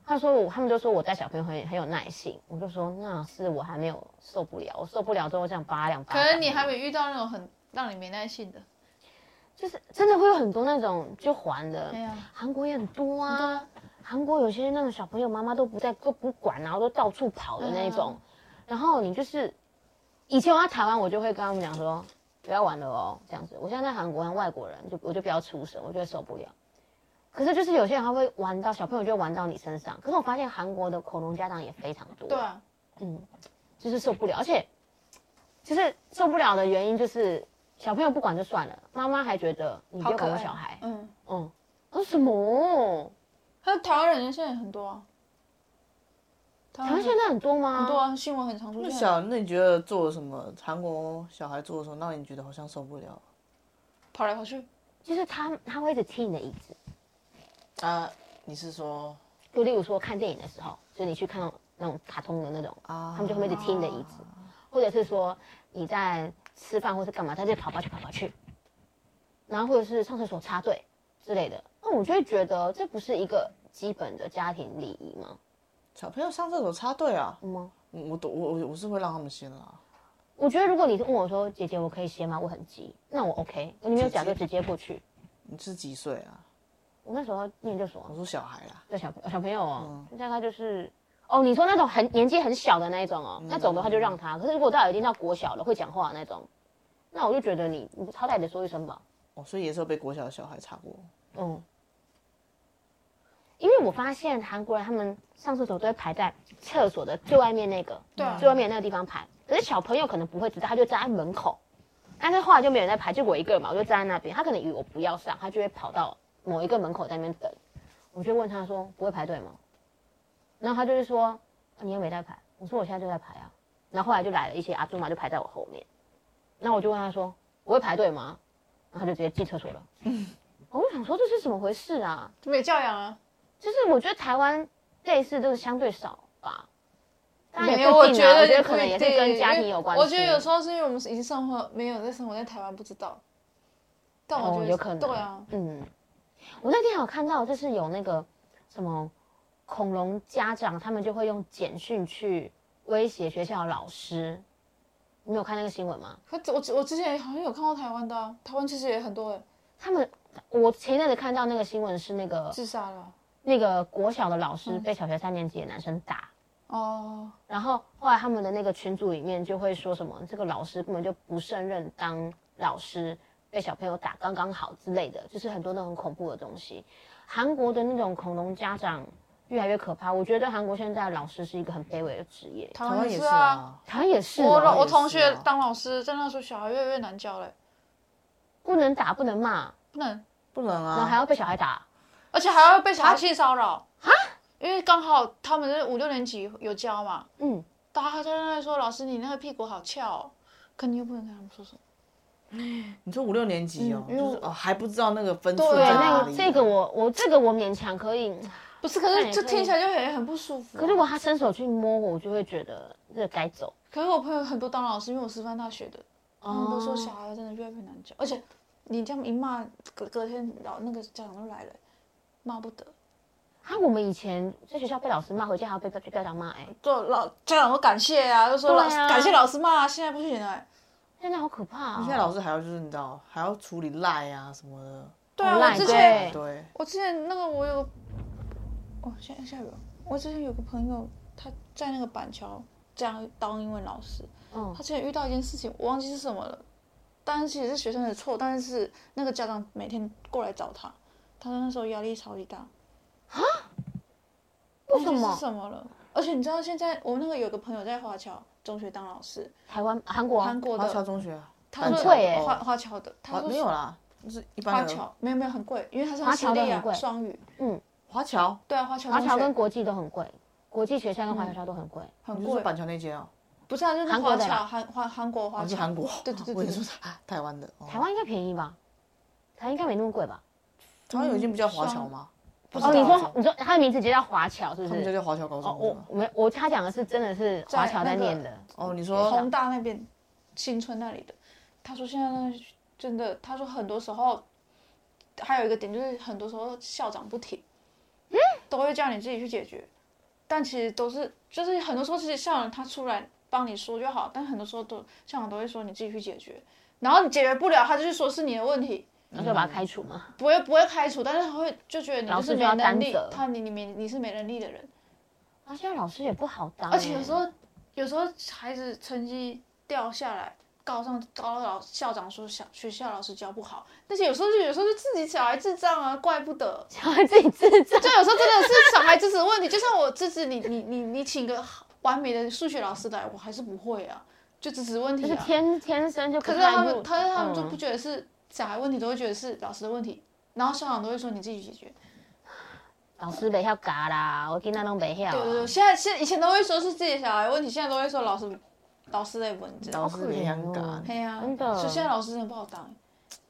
Speaker 3: 他说我，他们就说我带小朋友很很有耐性，我就说那是我还没有受不了，我受不了之后这样拔两拔。
Speaker 2: 可能你还没遇到那种很让你没耐性的，
Speaker 3: 就是真的会有很多那种就还的
Speaker 2: 没，有，
Speaker 3: 韩国也很多啊。韩国有些那种小朋友妈妈都不在都不管，然后都到处跑的那
Speaker 2: 嗯
Speaker 3: 种。然后你就是以前我在台湾，我就会跟他们讲说不要玩了哦，这样子。我现在在韩国跟外国人就我就不要出声，我就会受不了。可是就是有些人他会玩到小朋友就会玩到你身上，可是我发现韩国的恐龙家长也非常多，
Speaker 2: 对啊，
Speaker 3: 就是受不了，而且就是受不了的原因就是小朋友不管就算了，妈妈还觉得你不
Speaker 2: 好
Speaker 3: 要
Speaker 2: 可
Speaker 3: 管
Speaker 2: 爱
Speaker 3: 我
Speaker 2: 哦，
Speaker 3: 小孩，
Speaker 2: 嗯，
Speaker 3: 嗯，我说什么？
Speaker 2: 还有台湾人现在也很多啊，台
Speaker 3: 台湾现
Speaker 2: 在
Speaker 3: 在很多吗？
Speaker 2: 很多啊，新闻很常出
Speaker 4: 那
Speaker 2: 现
Speaker 4: 小，
Speaker 2: 啊，
Speaker 4: 那你觉得做了什么？韩国小孩做了什么，让你觉得好像受不了？
Speaker 2: 跑来跑去，
Speaker 3: 就是他他会一直踢你的椅子，
Speaker 4: 啊，你是说
Speaker 3: 就例如说看电影的时候，就你去看那种卡通的那种，
Speaker 4: 啊？
Speaker 3: 他们就会一直踢你的椅
Speaker 2: 哦
Speaker 3: 子，或者是说你在吃饭或是干嘛，他就跑跑去跑跑去，然后或者是上厕所插队之类的，那我就会觉得这不是一个基本的家庭礼仪吗？
Speaker 4: 小朋友上厕所插队啊？
Speaker 2: 嗯
Speaker 3: 吗？
Speaker 4: 我我都我我我是会让他们先啦。
Speaker 3: 我觉得如果你问我说姐姐我可以先吗？我很急，那我 OK，你没有讲就直接过去。
Speaker 4: 你是几岁啊？
Speaker 3: 我那时候念就所
Speaker 4: 我说小孩啊啦，
Speaker 3: 对小朋小朋友哦，大概就是哦，你说那种很年纪很小的那一种哦，那种的话就让他。可是如果到已经到国小了，会讲话的那种，那我就觉得你你好歹得说一声吧。
Speaker 4: 哦，所以也是有被国小的小孩插过。
Speaker 3: 嗯，因为我发现韩国人他们上厕所都会排在厕所的最外面那个，
Speaker 2: 对啊
Speaker 3: 最外面那个地方排。可是小朋友可能不会知道，他就站在门口。但是后来就没有人在排，就我一个人嘛，我就站在那边。他可能以为我不要上，他就会跑到某一个门口在那边等。我就问他说：“不会排队吗？”然后他就是说：“啊你又没在排。”我说：“我现在就在排啊。”然后后来就来了一些阿朱玛就排在我后面。那我就问他说：“我会排队吗？”然后他就直接进厕所了。哦我就想说这是怎么回事啊？
Speaker 2: 没教养啊，
Speaker 3: 就是我觉得台湾类似就是相对少吧，当然
Speaker 2: 没
Speaker 3: 也
Speaker 2: 有，
Speaker 3: 不
Speaker 2: 我
Speaker 3: 一
Speaker 2: 觉
Speaker 3: 定啊
Speaker 2: 得
Speaker 3: 我觉
Speaker 2: 也
Speaker 3: 得可能
Speaker 2: 不一
Speaker 3: 也是跟
Speaker 2: 定
Speaker 3: 家
Speaker 2: 因为
Speaker 3: 庭有关
Speaker 2: 我
Speaker 3: 系
Speaker 2: 觉得有时候是因为我们已经生活没有在生活在台湾，不知道。但我觉
Speaker 3: 哦
Speaker 2: 得、
Speaker 3: 有可能，
Speaker 2: 对啊，，
Speaker 3: 嗯，我那天有看到就是有那个什么恐龙家长，他们就会用简讯去威胁学校的老师，你有看那个新闻吗？
Speaker 2: 可我我之前好像有看过台湾的、啊，台湾其实也很多哎，
Speaker 3: 他们我前一阵子看到那个新闻是那个
Speaker 2: 自杀了。啊
Speaker 3: 那个国小的老
Speaker 2: 嗯
Speaker 3: 师被小学三年级的男生打，
Speaker 2: 哦，
Speaker 3: 然后后来他们的那个群组里面就会说什么，这个老师根本就不胜任当老师，被小朋友打刚刚好之类的，就是很多那种恐怖的东西。韩国的那种恐龙家长越来越可怕，我觉得韩国现在老师是一个很卑微的职业，
Speaker 2: 台
Speaker 4: 台
Speaker 2: 湾
Speaker 4: 湾
Speaker 2: 也
Speaker 4: 也
Speaker 2: 是
Speaker 4: 是
Speaker 2: 啊。
Speaker 4: 啊，
Speaker 3: 好像也是、
Speaker 2: 我老
Speaker 3: 哦，
Speaker 2: 我
Speaker 4: 也
Speaker 2: 同
Speaker 4: 是
Speaker 2: 学
Speaker 4: 啊
Speaker 2: 当老师，真的说小孩越来越难教嘞，
Speaker 3: 不能打，不能骂，
Speaker 2: 不能，
Speaker 4: 不能
Speaker 3: 然后还
Speaker 4: 啊。
Speaker 3: 要被小孩打，
Speaker 2: 而且还要被小孩性骚扰啊！因为刚好他们是五六年级有教嘛，
Speaker 3: 嗯，
Speaker 2: 大家在那说老师你那个屁股好翘、哦，可你又不能跟他们说什么。
Speaker 4: 你说五六年级哦，
Speaker 2: 嗯因为
Speaker 4: 就是
Speaker 2: 我
Speaker 4: 哦还不知道那个分数
Speaker 2: 对
Speaker 3: 对，啊
Speaker 4: 在
Speaker 3: 那
Speaker 4: 哪
Speaker 3: 个
Speaker 4: 里。
Speaker 3: 这个我我这个我勉强可以，
Speaker 2: 不是，可
Speaker 3: 对
Speaker 2: 是就
Speaker 3: 所以
Speaker 2: 听起来就很很不舒服啊、
Speaker 3: 可是如果他伸手去摸我，我就会觉得这该走。
Speaker 2: 可是我朋友很多当老师，因为我师范大学的，哦他们都说小孩真的越来越难教，而且你这样一骂，隔隔天老那个家长都来了，骂不得。
Speaker 3: 啊，我们以前在学校被老师骂，回家还要被被被家长骂、哎，
Speaker 2: 就老家长都感谢啊，就说老、
Speaker 3: 对啊
Speaker 2: 感谢老师骂，现在不行了、
Speaker 3: 现在好可怕、哦。
Speaker 4: 现在老师还要就是你知道还要处理赖啊什么的，
Speaker 2: 对
Speaker 3: 好
Speaker 2: 啊，我
Speaker 3: 烂
Speaker 2: 之
Speaker 3: 对
Speaker 2: 前
Speaker 4: 对，
Speaker 2: 我之前那个我有个，哦，现在下雨了。我之前有个朋友，他在那个板桥这样当英文老师，
Speaker 3: 嗯
Speaker 2: 他之前遇到一件事情，我忘记是什么了，但是其实是学生的错，但是那个家长每天过来找他，他那时候压力超级大。
Speaker 3: 为什
Speaker 2: 忘记是
Speaker 3: 么
Speaker 2: 什么了？而且你知道现在我那个有个朋友在华侨中学当老师，
Speaker 3: 台湾、韩国、
Speaker 2: 韩国
Speaker 4: 华侨
Speaker 2: 的，
Speaker 4: 中学啊，
Speaker 2: 他说
Speaker 3: 很贵耶
Speaker 2: 华华侨的，他
Speaker 4: 华
Speaker 2: 说
Speaker 4: 没有啦，就是一般
Speaker 2: 华
Speaker 4: 的
Speaker 2: 侨没有没有很贵，因为他是
Speaker 3: 华
Speaker 2: 私
Speaker 3: 侨的
Speaker 2: 立
Speaker 3: 很
Speaker 2: 啊，
Speaker 3: 贵
Speaker 2: 双语，
Speaker 4: 华侨，
Speaker 2: 对啊，华侨
Speaker 3: 华侨
Speaker 2: 中学嗯
Speaker 3: 跟国际都很贵，国际学校跟华侨学校都很贵。
Speaker 2: 很
Speaker 4: 你是说
Speaker 2: 贵，
Speaker 4: 板桥那间哦，
Speaker 2: 不是啊，就是
Speaker 3: 韩国哦
Speaker 2: 华
Speaker 3: 的
Speaker 2: 侨
Speaker 3: 啦
Speaker 2: 韩华韩国华
Speaker 4: 还是
Speaker 2: 侨，
Speaker 4: 韩国？
Speaker 2: 对对对
Speaker 4: 我
Speaker 2: 对
Speaker 4: 也说
Speaker 2: 对，
Speaker 4: 是台湾的，哦
Speaker 3: 台湾应该便宜吧？台湾应该没那么贵吧？
Speaker 4: 台湾有一间不叫华侨吗？
Speaker 2: 不知
Speaker 3: 哦，
Speaker 2: 道
Speaker 3: 你说你说它的名字就叫华侨，是
Speaker 4: 他
Speaker 3: 不？
Speaker 4: 们就是叫华侨高
Speaker 3: 哦，
Speaker 4: 中是吗。
Speaker 3: 我没我他讲的是真的是华侨在念
Speaker 2: 嗯
Speaker 3: 的，
Speaker 4: 哦，你说
Speaker 2: 宏大那边新村那里的，他说现在那个真的，他说很多时候还有一个点就是很多时候校长不听，嗯，都会叫你自己去解决，但其实都是就是很多时候其实校长他出来帮你说就好，但很多时候都校长都会说你自己去解决，然后你解决不了，他就是说是你的问题，
Speaker 3: 那就把它开除嘛。
Speaker 2: 不会不会开除，但是他会就觉得你
Speaker 3: 老
Speaker 2: 就
Speaker 3: 师
Speaker 2: 是
Speaker 3: 就
Speaker 2: 没
Speaker 3: 要担
Speaker 2: 能力
Speaker 3: 责，
Speaker 2: 他你你没你是没能力的人。
Speaker 3: 啊，现在老师也不好当欸，
Speaker 2: 而且有时候，有时候孩子成绩掉下来，告上告老校长说小学校老师教不好，但是有时候就有时候就自己小孩智障啊，怪不得。
Speaker 3: 小孩自己智障。
Speaker 2: 就有时候真的是小孩支持问题，就像我支持你，你你你请个完美的数学老师来，我还是不会啊，就支持问
Speaker 3: 就
Speaker 2: 题
Speaker 3: 是
Speaker 2: 啊。
Speaker 3: 天天生就不
Speaker 2: 可是
Speaker 3: 太
Speaker 2: 他
Speaker 3: 入
Speaker 2: 们，他他们就
Speaker 3: 嗯
Speaker 2: 不觉得是小孩问题，都会觉得是老师的问题，然后校长都会说你自己解决。
Speaker 3: 老师没晓嘎啦，我今天拢没晓。啊
Speaker 2: 对对对，现在现在以前都会说是自己的小孩问题，现在都会说老师老师的文章。
Speaker 4: 老师没养
Speaker 3: 哦
Speaker 4: 嘎，
Speaker 2: 哎呀、
Speaker 3: 真的
Speaker 2: 所以现在老师真的不好当。欸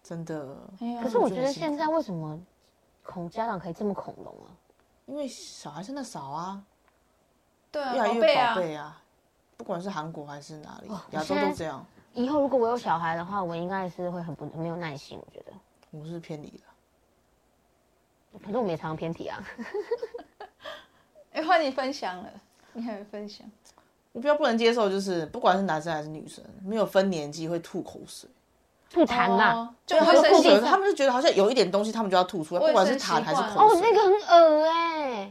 Speaker 4: 真的，
Speaker 2: 哎呀、
Speaker 3: 可是我觉得现在为什么恐家长可以这么恐龙啊？
Speaker 4: 因为小孩真的少啊，
Speaker 2: 对啊，
Speaker 4: 越来
Speaker 2: 宝
Speaker 4: 越
Speaker 2: 贝
Speaker 4: 宝
Speaker 2: 啊，
Speaker 4: 贝啊，不管是韩国还是哪里，
Speaker 3: 我
Speaker 4: 亚洲
Speaker 3: 哦现在
Speaker 4: 都这样。
Speaker 3: 以后如果我有小孩的话，我应该是会很不没有耐心，我觉得。
Speaker 4: 我是偏离了，
Speaker 3: 可是我们也常常偏题啊。
Speaker 2: 哎，换你分享了，你还没分享，
Speaker 4: 我比较不能接受就是不管是男生还是女生，没有分年纪会吐口水。
Speaker 3: 吐痰呐
Speaker 2: 哦、就会
Speaker 4: 会
Speaker 2: 生
Speaker 4: 吐
Speaker 2: 气
Speaker 4: 水，，啊他们就觉得好像有一点东西，他们就要吐出来，
Speaker 2: 卫
Speaker 4: 不管是
Speaker 2: 生习
Speaker 4: 痰还是
Speaker 2: 惯啊
Speaker 3: 哦
Speaker 4: 口，水。
Speaker 3: 那个很恶哎、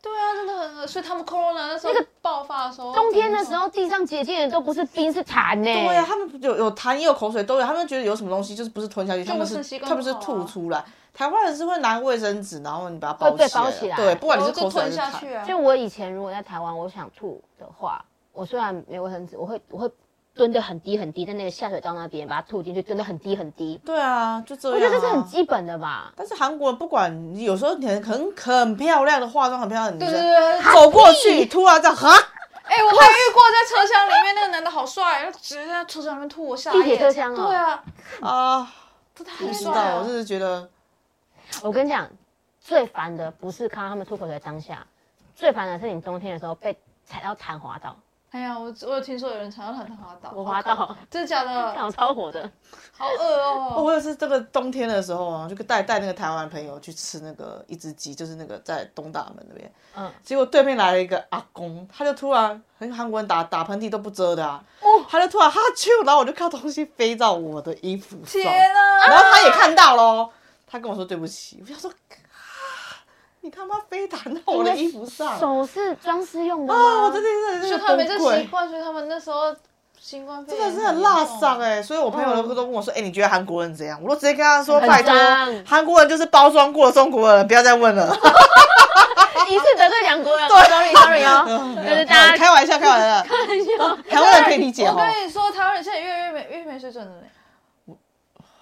Speaker 2: 对啊，真的很恶，所以他们 corona 那时候爆发的时候，
Speaker 3: 冬天的时候地上结晶的都不是冰是痰欸呢、
Speaker 4: 对啊，他们有有痰也有口水都有，他们觉得有什么东西就是不是吞下去，他们
Speaker 2: 卫生
Speaker 4: 是
Speaker 2: 习
Speaker 4: 他
Speaker 2: 惯
Speaker 4: 们是
Speaker 2: 不好啊
Speaker 4: 吐出来。台湾人是会拿卫生纸，然后你把它包
Speaker 3: 哦对
Speaker 4: 起来，啊
Speaker 3: 包起来
Speaker 4: 对，不管
Speaker 2: 然
Speaker 4: 你
Speaker 2: 后
Speaker 4: 是
Speaker 2: 就
Speaker 4: 口水还
Speaker 2: 吞
Speaker 4: 是
Speaker 2: 下
Speaker 4: 痰
Speaker 2: 去，啊，
Speaker 3: 就我以前如果在台湾，我想吐的话，我虽然没有卫生纸，我会我会蹲得很低很低，在那个下水道那边把它吐进去，蹲得很低很低。
Speaker 4: 对啊，就这
Speaker 3: 我
Speaker 4: 样、啊。
Speaker 3: 觉得这是很基本的吧。
Speaker 4: 但是韩国人不管你有时候你很很很漂亮的化妆很漂亮的
Speaker 2: 对
Speaker 4: 女生，
Speaker 2: 对对，对
Speaker 4: 走过去突然这样哈，
Speaker 2: 哎，我还遇过在车厢里面那个男的好帅，直接在车厢里面吐，我吓一
Speaker 3: 地铁
Speaker 2: 跳
Speaker 3: 车厢哦
Speaker 2: 对啊，
Speaker 4: 啊，
Speaker 2: 他
Speaker 4: 不
Speaker 2: 很
Speaker 4: 知
Speaker 2: 帅
Speaker 4: 道，
Speaker 2: 啊
Speaker 4: 我就，是觉得
Speaker 3: 我跟你讲，最烦的不是看到他们吐口水的当下，最烦的是你冬天的时候被踩到痰滑倒，
Speaker 2: 哎呀，我我有听说有人常常很滑倒，
Speaker 3: 我滑
Speaker 2: 好可
Speaker 3: 倒
Speaker 2: 怕，真的假的？
Speaker 3: 我超火的。
Speaker 2: 好恶哦，
Speaker 4: 我也是这个冬天的时候啊，就带带那个台湾朋友去吃那个一只鸡，就是那个在东大门那边，
Speaker 3: 嗯，
Speaker 4: 结果对面来了一个阿公，他就突然很韩国人打打喷嚏都不遮的啊，
Speaker 2: 哦
Speaker 4: 他就突然哈啾，然后我就看到东西飞到我的衣服上，
Speaker 2: 天啊！
Speaker 4: 然后他也看到喽，他跟我说对不起，我想说，啊、你他妈飞弹到
Speaker 2: 哎
Speaker 4: 我的衣服上，
Speaker 3: 手是装饰用的
Speaker 4: 啊，我
Speaker 3: 吗？
Speaker 4: 真的是
Speaker 2: 就
Speaker 4: 真
Speaker 2: 他
Speaker 4: 的
Speaker 2: 没
Speaker 4: 崩
Speaker 2: 这习
Speaker 4: 溃，
Speaker 2: 惯，所以他们那时候新冠肺
Speaker 4: 真
Speaker 2: 炎
Speaker 4: 的是很辣
Speaker 2: 伤
Speaker 4: 嗓哎、所以我朋友
Speaker 2: 嗯
Speaker 4: 都都问我说，哎、你觉得韩国人怎样？我都直接跟他说，拜托
Speaker 3: 脏，
Speaker 4: 韩国人就是包装过的中国人，不要再问 了。
Speaker 3: 一次得罪两国人，sorry sorry 哦，就是大家
Speaker 4: 开玩笑，开玩笑，台湾人可以理解哦
Speaker 2: 我
Speaker 4: 哈。
Speaker 2: 跟你说，台湾人现在越来越没越没水准了嘞。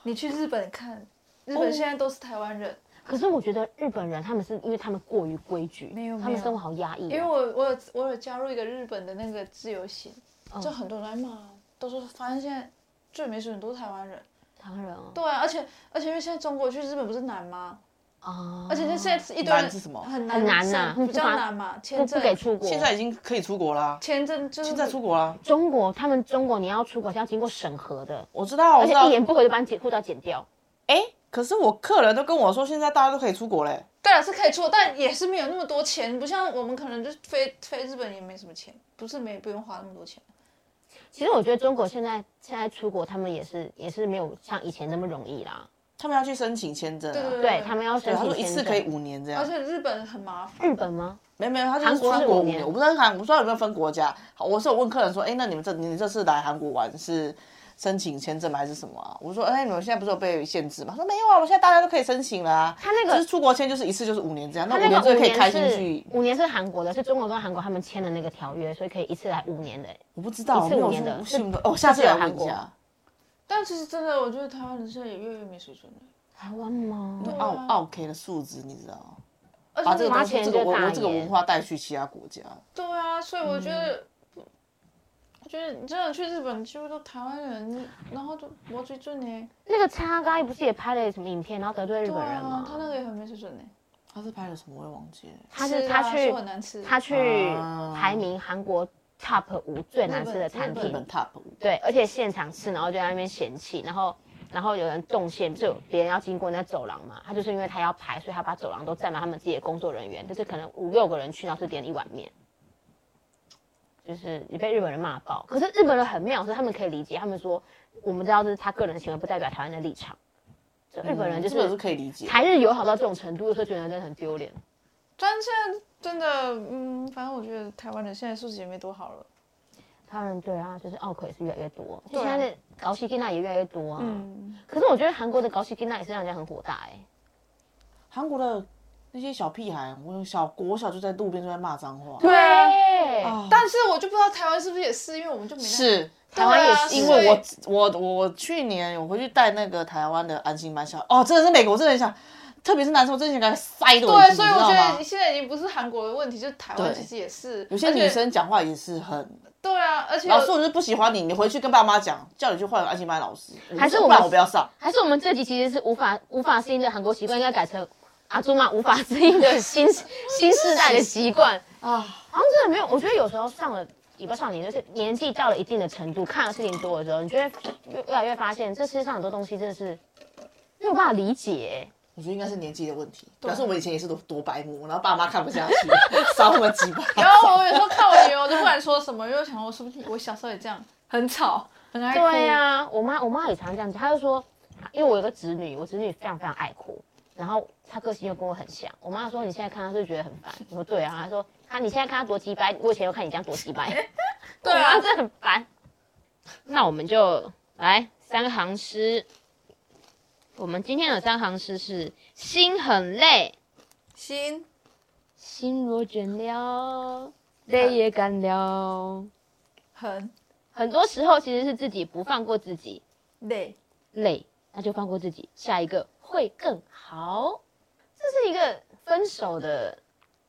Speaker 2: 你去日本看，日
Speaker 4: 哦
Speaker 2: 本现在都是台湾人，
Speaker 3: 可是我觉得日本人他们是因为他们过于规矩，
Speaker 2: 没有
Speaker 3: 他
Speaker 2: 没
Speaker 3: 们
Speaker 2: 有
Speaker 3: 生活好压抑哦、
Speaker 2: 因为我我有我有加入一个日本的那个自由行，
Speaker 4: 嗯
Speaker 2: 就很多人在骂，都说发现现在最没水准都是台湾人。
Speaker 3: 台湾人哦、
Speaker 2: 对啊，而且而且因为现在中国去日本不是难吗？
Speaker 3: 哦，
Speaker 2: 而且就现在是一堆
Speaker 4: 嗯难
Speaker 2: 人
Speaker 4: 是什么
Speaker 2: 很
Speaker 3: 很
Speaker 2: 难
Speaker 3: 难
Speaker 2: 呐
Speaker 3: 啊，
Speaker 2: 比较难嘛，
Speaker 3: 不
Speaker 2: 签
Speaker 3: 不
Speaker 2: 证
Speaker 3: 给出国。
Speaker 4: 现在已经可以出国啦，
Speaker 2: 签证就是
Speaker 4: 现在出国啦。
Speaker 3: 中国他们中国你要出国是要经过审核的，
Speaker 4: 我知道，我
Speaker 3: 而
Speaker 4: 知
Speaker 3: 且
Speaker 4: 道
Speaker 3: 一。言不合就把你剪护照剪掉。
Speaker 4: 哎、可是我客人都跟我说，现在大家都可以出国嘞。
Speaker 2: 当然啊是可以出，但也是没有那么多钱，不像我们可能就飞飞日本也没什么钱，不是没不用花那么多钱。
Speaker 3: 其实我觉得中国现在现在出国，他们也是也是没有像以前那么容易啦。
Speaker 4: 他们要去申请签证、啊，
Speaker 2: 对对
Speaker 3: 对他们要
Speaker 4: 对
Speaker 3: 申
Speaker 4: 他
Speaker 3: 请
Speaker 4: 说一
Speaker 3: 签
Speaker 4: 次可以
Speaker 3: 证。
Speaker 4: 五年这
Speaker 2: 而
Speaker 4: 样。
Speaker 2: 且日本很麻烦，
Speaker 3: 日本吗？
Speaker 4: 没没有，他就是
Speaker 3: 韩
Speaker 4: 出
Speaker 3: 国是
Speaker 4: 国
Speaker 3: 五
Speaker 4: 五
Speaker 3: 年
Speaker 4: 年。我不知道韩，我不知道有没有分国家。好我是有问客人说，哎、那你们这你们这次来韩国玩是申请签证吗还是什么啊？我说，哎、你们现在不是有被限制吗？他说没有啊，我现在大家都可以申请了啊。
Speaker 3: 他那
Speaker 4: 只
Speaker 3: 个
Speaker 4: 是出国签就是一次就是五年这样，那
Speaker 3: 他
Speaker 4: 五
Speaker 3: 那
Speaker 4: 年
Speaker 3: 个
Speaker 4: 就
Speaker 3: 五
Speaker 4: 可以开心
Speaker 3: 年
Speaker 4: 去
Speaker 3: 是。五年是韩国的，是中国跟韩国他们签的那个条约，所以可以一次来五年的。
Speaker 4: 我不知道，
Speaker 3: 一
Speaker 4: 我
Speaker 3: 次
Speaker 4: 没有
Speaker 3: 五年的
Speaker 4: 说信不哦，下次来问一下。
Speaker 2: 但其实真的，我觉得台湾人现在也越来越没水准了。
Speaker 3: 台湾吗？
Speaker 2: 对
Speaker 4: 奥
Speaker 2: 啊
Speaker 4: 奥 K 哦的素质你知道吗？
Speaker 2: 而
Speaker 4: 把
Speaker 2: 且
Speaker 4: 这个
Speaker 2: 你
Speaker 4: 东
Speaker 3: 花钱就
Speaker 4: 西这个文
Speaker 3: 大
Speaker 4: 这个
Speaker 3: 爷
Speaker 4: 文化带去其他国家。
Speaker 2: 对啊，所以我觉得，
Speaker 3: 嗯
Speaker 2: 我觉得你真的去日本，几乎都台湾人，然后就没水准呢。
Speaker 3: 那个叉嘎不是也拍了什么影片，然后得罪日
Speaker 2: 对
Speaker 3: 本人哦
Speaker 2: 啊
Speaker 3: 吗，？
Speaker 2: 他那个也很没水准呢。
Speaker 4: 他是拍了什么我也忘记了。
Speaker 3: 他是
Speaker 2: 吃
Speaker 3: 他
Speaker 2: 啊
Speaker 3: 去
Speaker 2: 说很难吃，
Speaker 3: 他去
Speaker 4: 啊
Speaker 3: 排名韩国 top 五最难吃的产
Speaker 2: 日
Speaker 4: 日
Speaker 3: 品，
Speaker 4: 本 Top 五
Speaker 3: 对，而且现场吃，然后就在那边嫌弃，然后然后有人动线，不是有别人要经过那走廊嘛，他就是因为他要排，所以他把走廊都占满他们自己的工作人员，就是可能五六个人去，然后是点一碗面。就是你被日本人骂爆，可是日本人很妙，是他们可以理解，他们说我们知道这是他个人的行为，不代表台湾的立场。就日本人就
Speaker 4: 这个是
Speaker 3: 是
Speaker 4: 可以理解。
Speaker 3: 台日友好到这种程度，就觉得真的很丢脸。
Speaker 2: 但现在真的，嗯，反正我觉得台湾人现在素质也没多好了。
Speaker 3: 当然对啊，就是奥克也是越来越多，
Speaker 2: 对啊
Speaker 3: 现在的高希金娜也越来越多啊。
Speaker 2: 嗯，
Speaker 3: 可是我觉得韩国的高希金娜也是让人家很火大哎、
Speaker 4: 韩国的那些小屁孩，我有小国小就在路边就在骂脏话。
Speaker 2: 对啊
Speaker 3: 对
Speaker 4: 啊
Speaker 2: 但是我就不知道台湾是不是也是，因为我们就没那
Speaker 4: 是
Speaker 2: 对
Speaker 4: 台
Speaker 2: 啊
Speaker 4: 湾也是，
Speaker 2: 所以
Speaker 4: 因为我我我我去年我回去带那个台湾的安心班小，哦，真的是美国，我真的很想，特别是男生，我真的想给他塞的。
Speaker 2: 对，啊所以我觉
Speaker 4: 你知道
Speaker 2: 得
Speaker 4: 吗
Speaker 2: 现在已经不是韩国的问题，就是台湾
Speaker 4: 对
Speaker 2: 其实也是。
Speaker 4: 有些
Speaker 2: 而且
Speaker 4: 女生讲话也是很，
Speaker 2: 对啊，而且
Speaker 4: 老师我就是不喜欢你，你回去跟爸妈讲，叫你去换安心班老师，
Speaker 3: 还是
Speaker 4: 不
Speaker 3: 我们
Speaker 4: 然我不要上。
Speaker 3: 还是我们这集其实是无法无法适应的韩国习惯，应该改成阿朱玛无法适应 的新新时代的习惯
Speaker 2: 哦
Speaker 3: 啊。好像真的没有，我觉得有时候上了也不是上年，就是年纪到了一定的程度，看的事情多的时候，你就会越越来越发现，这世界上很多东西真的是没有办法理解欸、
Speaker 4: 我觉得应该是年纪的问题，表示我们以前也是多多白目，然后爸妈看不下去， 少我们几巴。
Speaker 2: 然后我有时候看我女儿，我就不敢说什么，因为我想我说不定我小时候也这样，很吵，很爱哭。
Speaker 3: 对
Speaker 4: 啊
Speaker 3: 呀、我妈我妈也常这样子，她就说，因为我有个侄女，我侄女非常非常爱哭，然后她个性又跟我很像。我妈说你现在看她是不是觉得很烦，我说对啊，她说她你现在看她多鸡掰，我以前又看你这样多鸡掰，
Speaker 2: 对
Speaker 3: 我妈
Speaker 2: 啊，
Speaker 3: 真的很烦。那我们就来三行诗，我们今天的三行诗是心很累，
Speaker 2: 心
Speaker 3: 心若倦了，泪也干了。
Speaker 2: 很
Speaker 3: 很多时候其实是自己不放过自己，
Speaker 2: 累，
Speaker 3: 累，那就放过自己，下一个会更好。这是一个分手的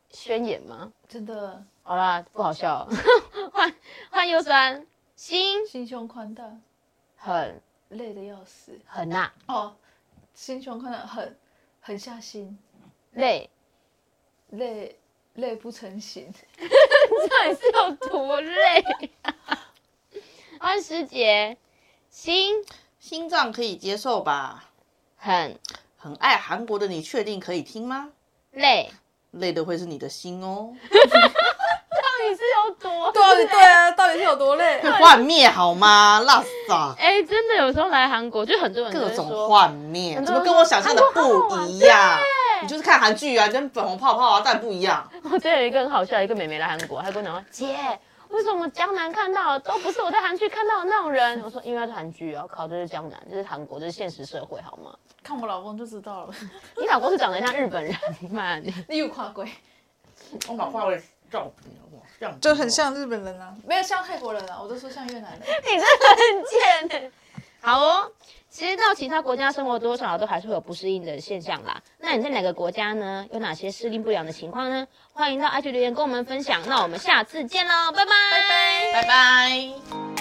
Speaker 3: 宣言吗？
Speaker 2: 真的
Speaker 3: 好啦，不好笑哦、 换换右酸，心
Speaker 2: 心胸宽大，
Speaker 3: 很
Speaker 2: 累的要死。
Speaker 3: 很呐、
Speaker 2: 哦，心胸宽大，很狠下心，
Speaker 3: 累，
Speaker 2: 累累不成形。
Speaker 3: 到底是有多累、啊换师姐，心
Speaker 4: 心脏可以接受吧？
Speaker 3: 很
Speaker 4: 很爱韩国的你，确定可以听吗？
Speaker 3: 累，
Speaker 4: 累的会是你的 心哦，
Speaker 3: 到底是有多
Speaker 2: 到底对啊，到底是有多累？
Speaker 4: 幻灭好吗？辣死 啊！
Speaker 3: 哎、真的有时候来韩国，就很多人就
Speaker 4: 各
Speaker 3: 会
Speaker 4: 种
Speaker 3: 说
Speaker 4: 幻灭，
Speaker 3: 很
Speaker 4: 怎
Speaker 3: 多
Speaker 4: 么
Speaker 3: 人
Speaker 4: 跟我想象的不一样？
Speaker 3: 对
Speaker 4: 你就是看韩剧啊，你跟粉红泡泡啊，但不一样。
Speaker 3: 我这有一个很好笑，一个妹妹来韩国，她跟我讲说：“姐，为什么江南看到的都不是我在韩剧看到的那种人？”我说：“因为她是韩剧啊，靠，这是江南，这是韩国，这是现实社会，好 吗？
Speaker 2: 看我老公就知道了，
Speaker 3: 你老公是长得像日本人嘛？ 你
Speaker 2: 你有跨鬼，
Speaker 4: 我把画了照片，哇，这样
Speaker 2: 就很。像日本人啊，没有像泰国人啊，我都说像越南人。
Speaker 3: 真的很贱呢。欸好哦，其实到其他国家生活，多少都还是会有不适应的现象啦。那你在哪个国家呢？有哪些适应不良的情况呢？欢迎到 IG 留言跟我们分享。那我们下次见喽，拜拜
Speaker 4: 拜拜。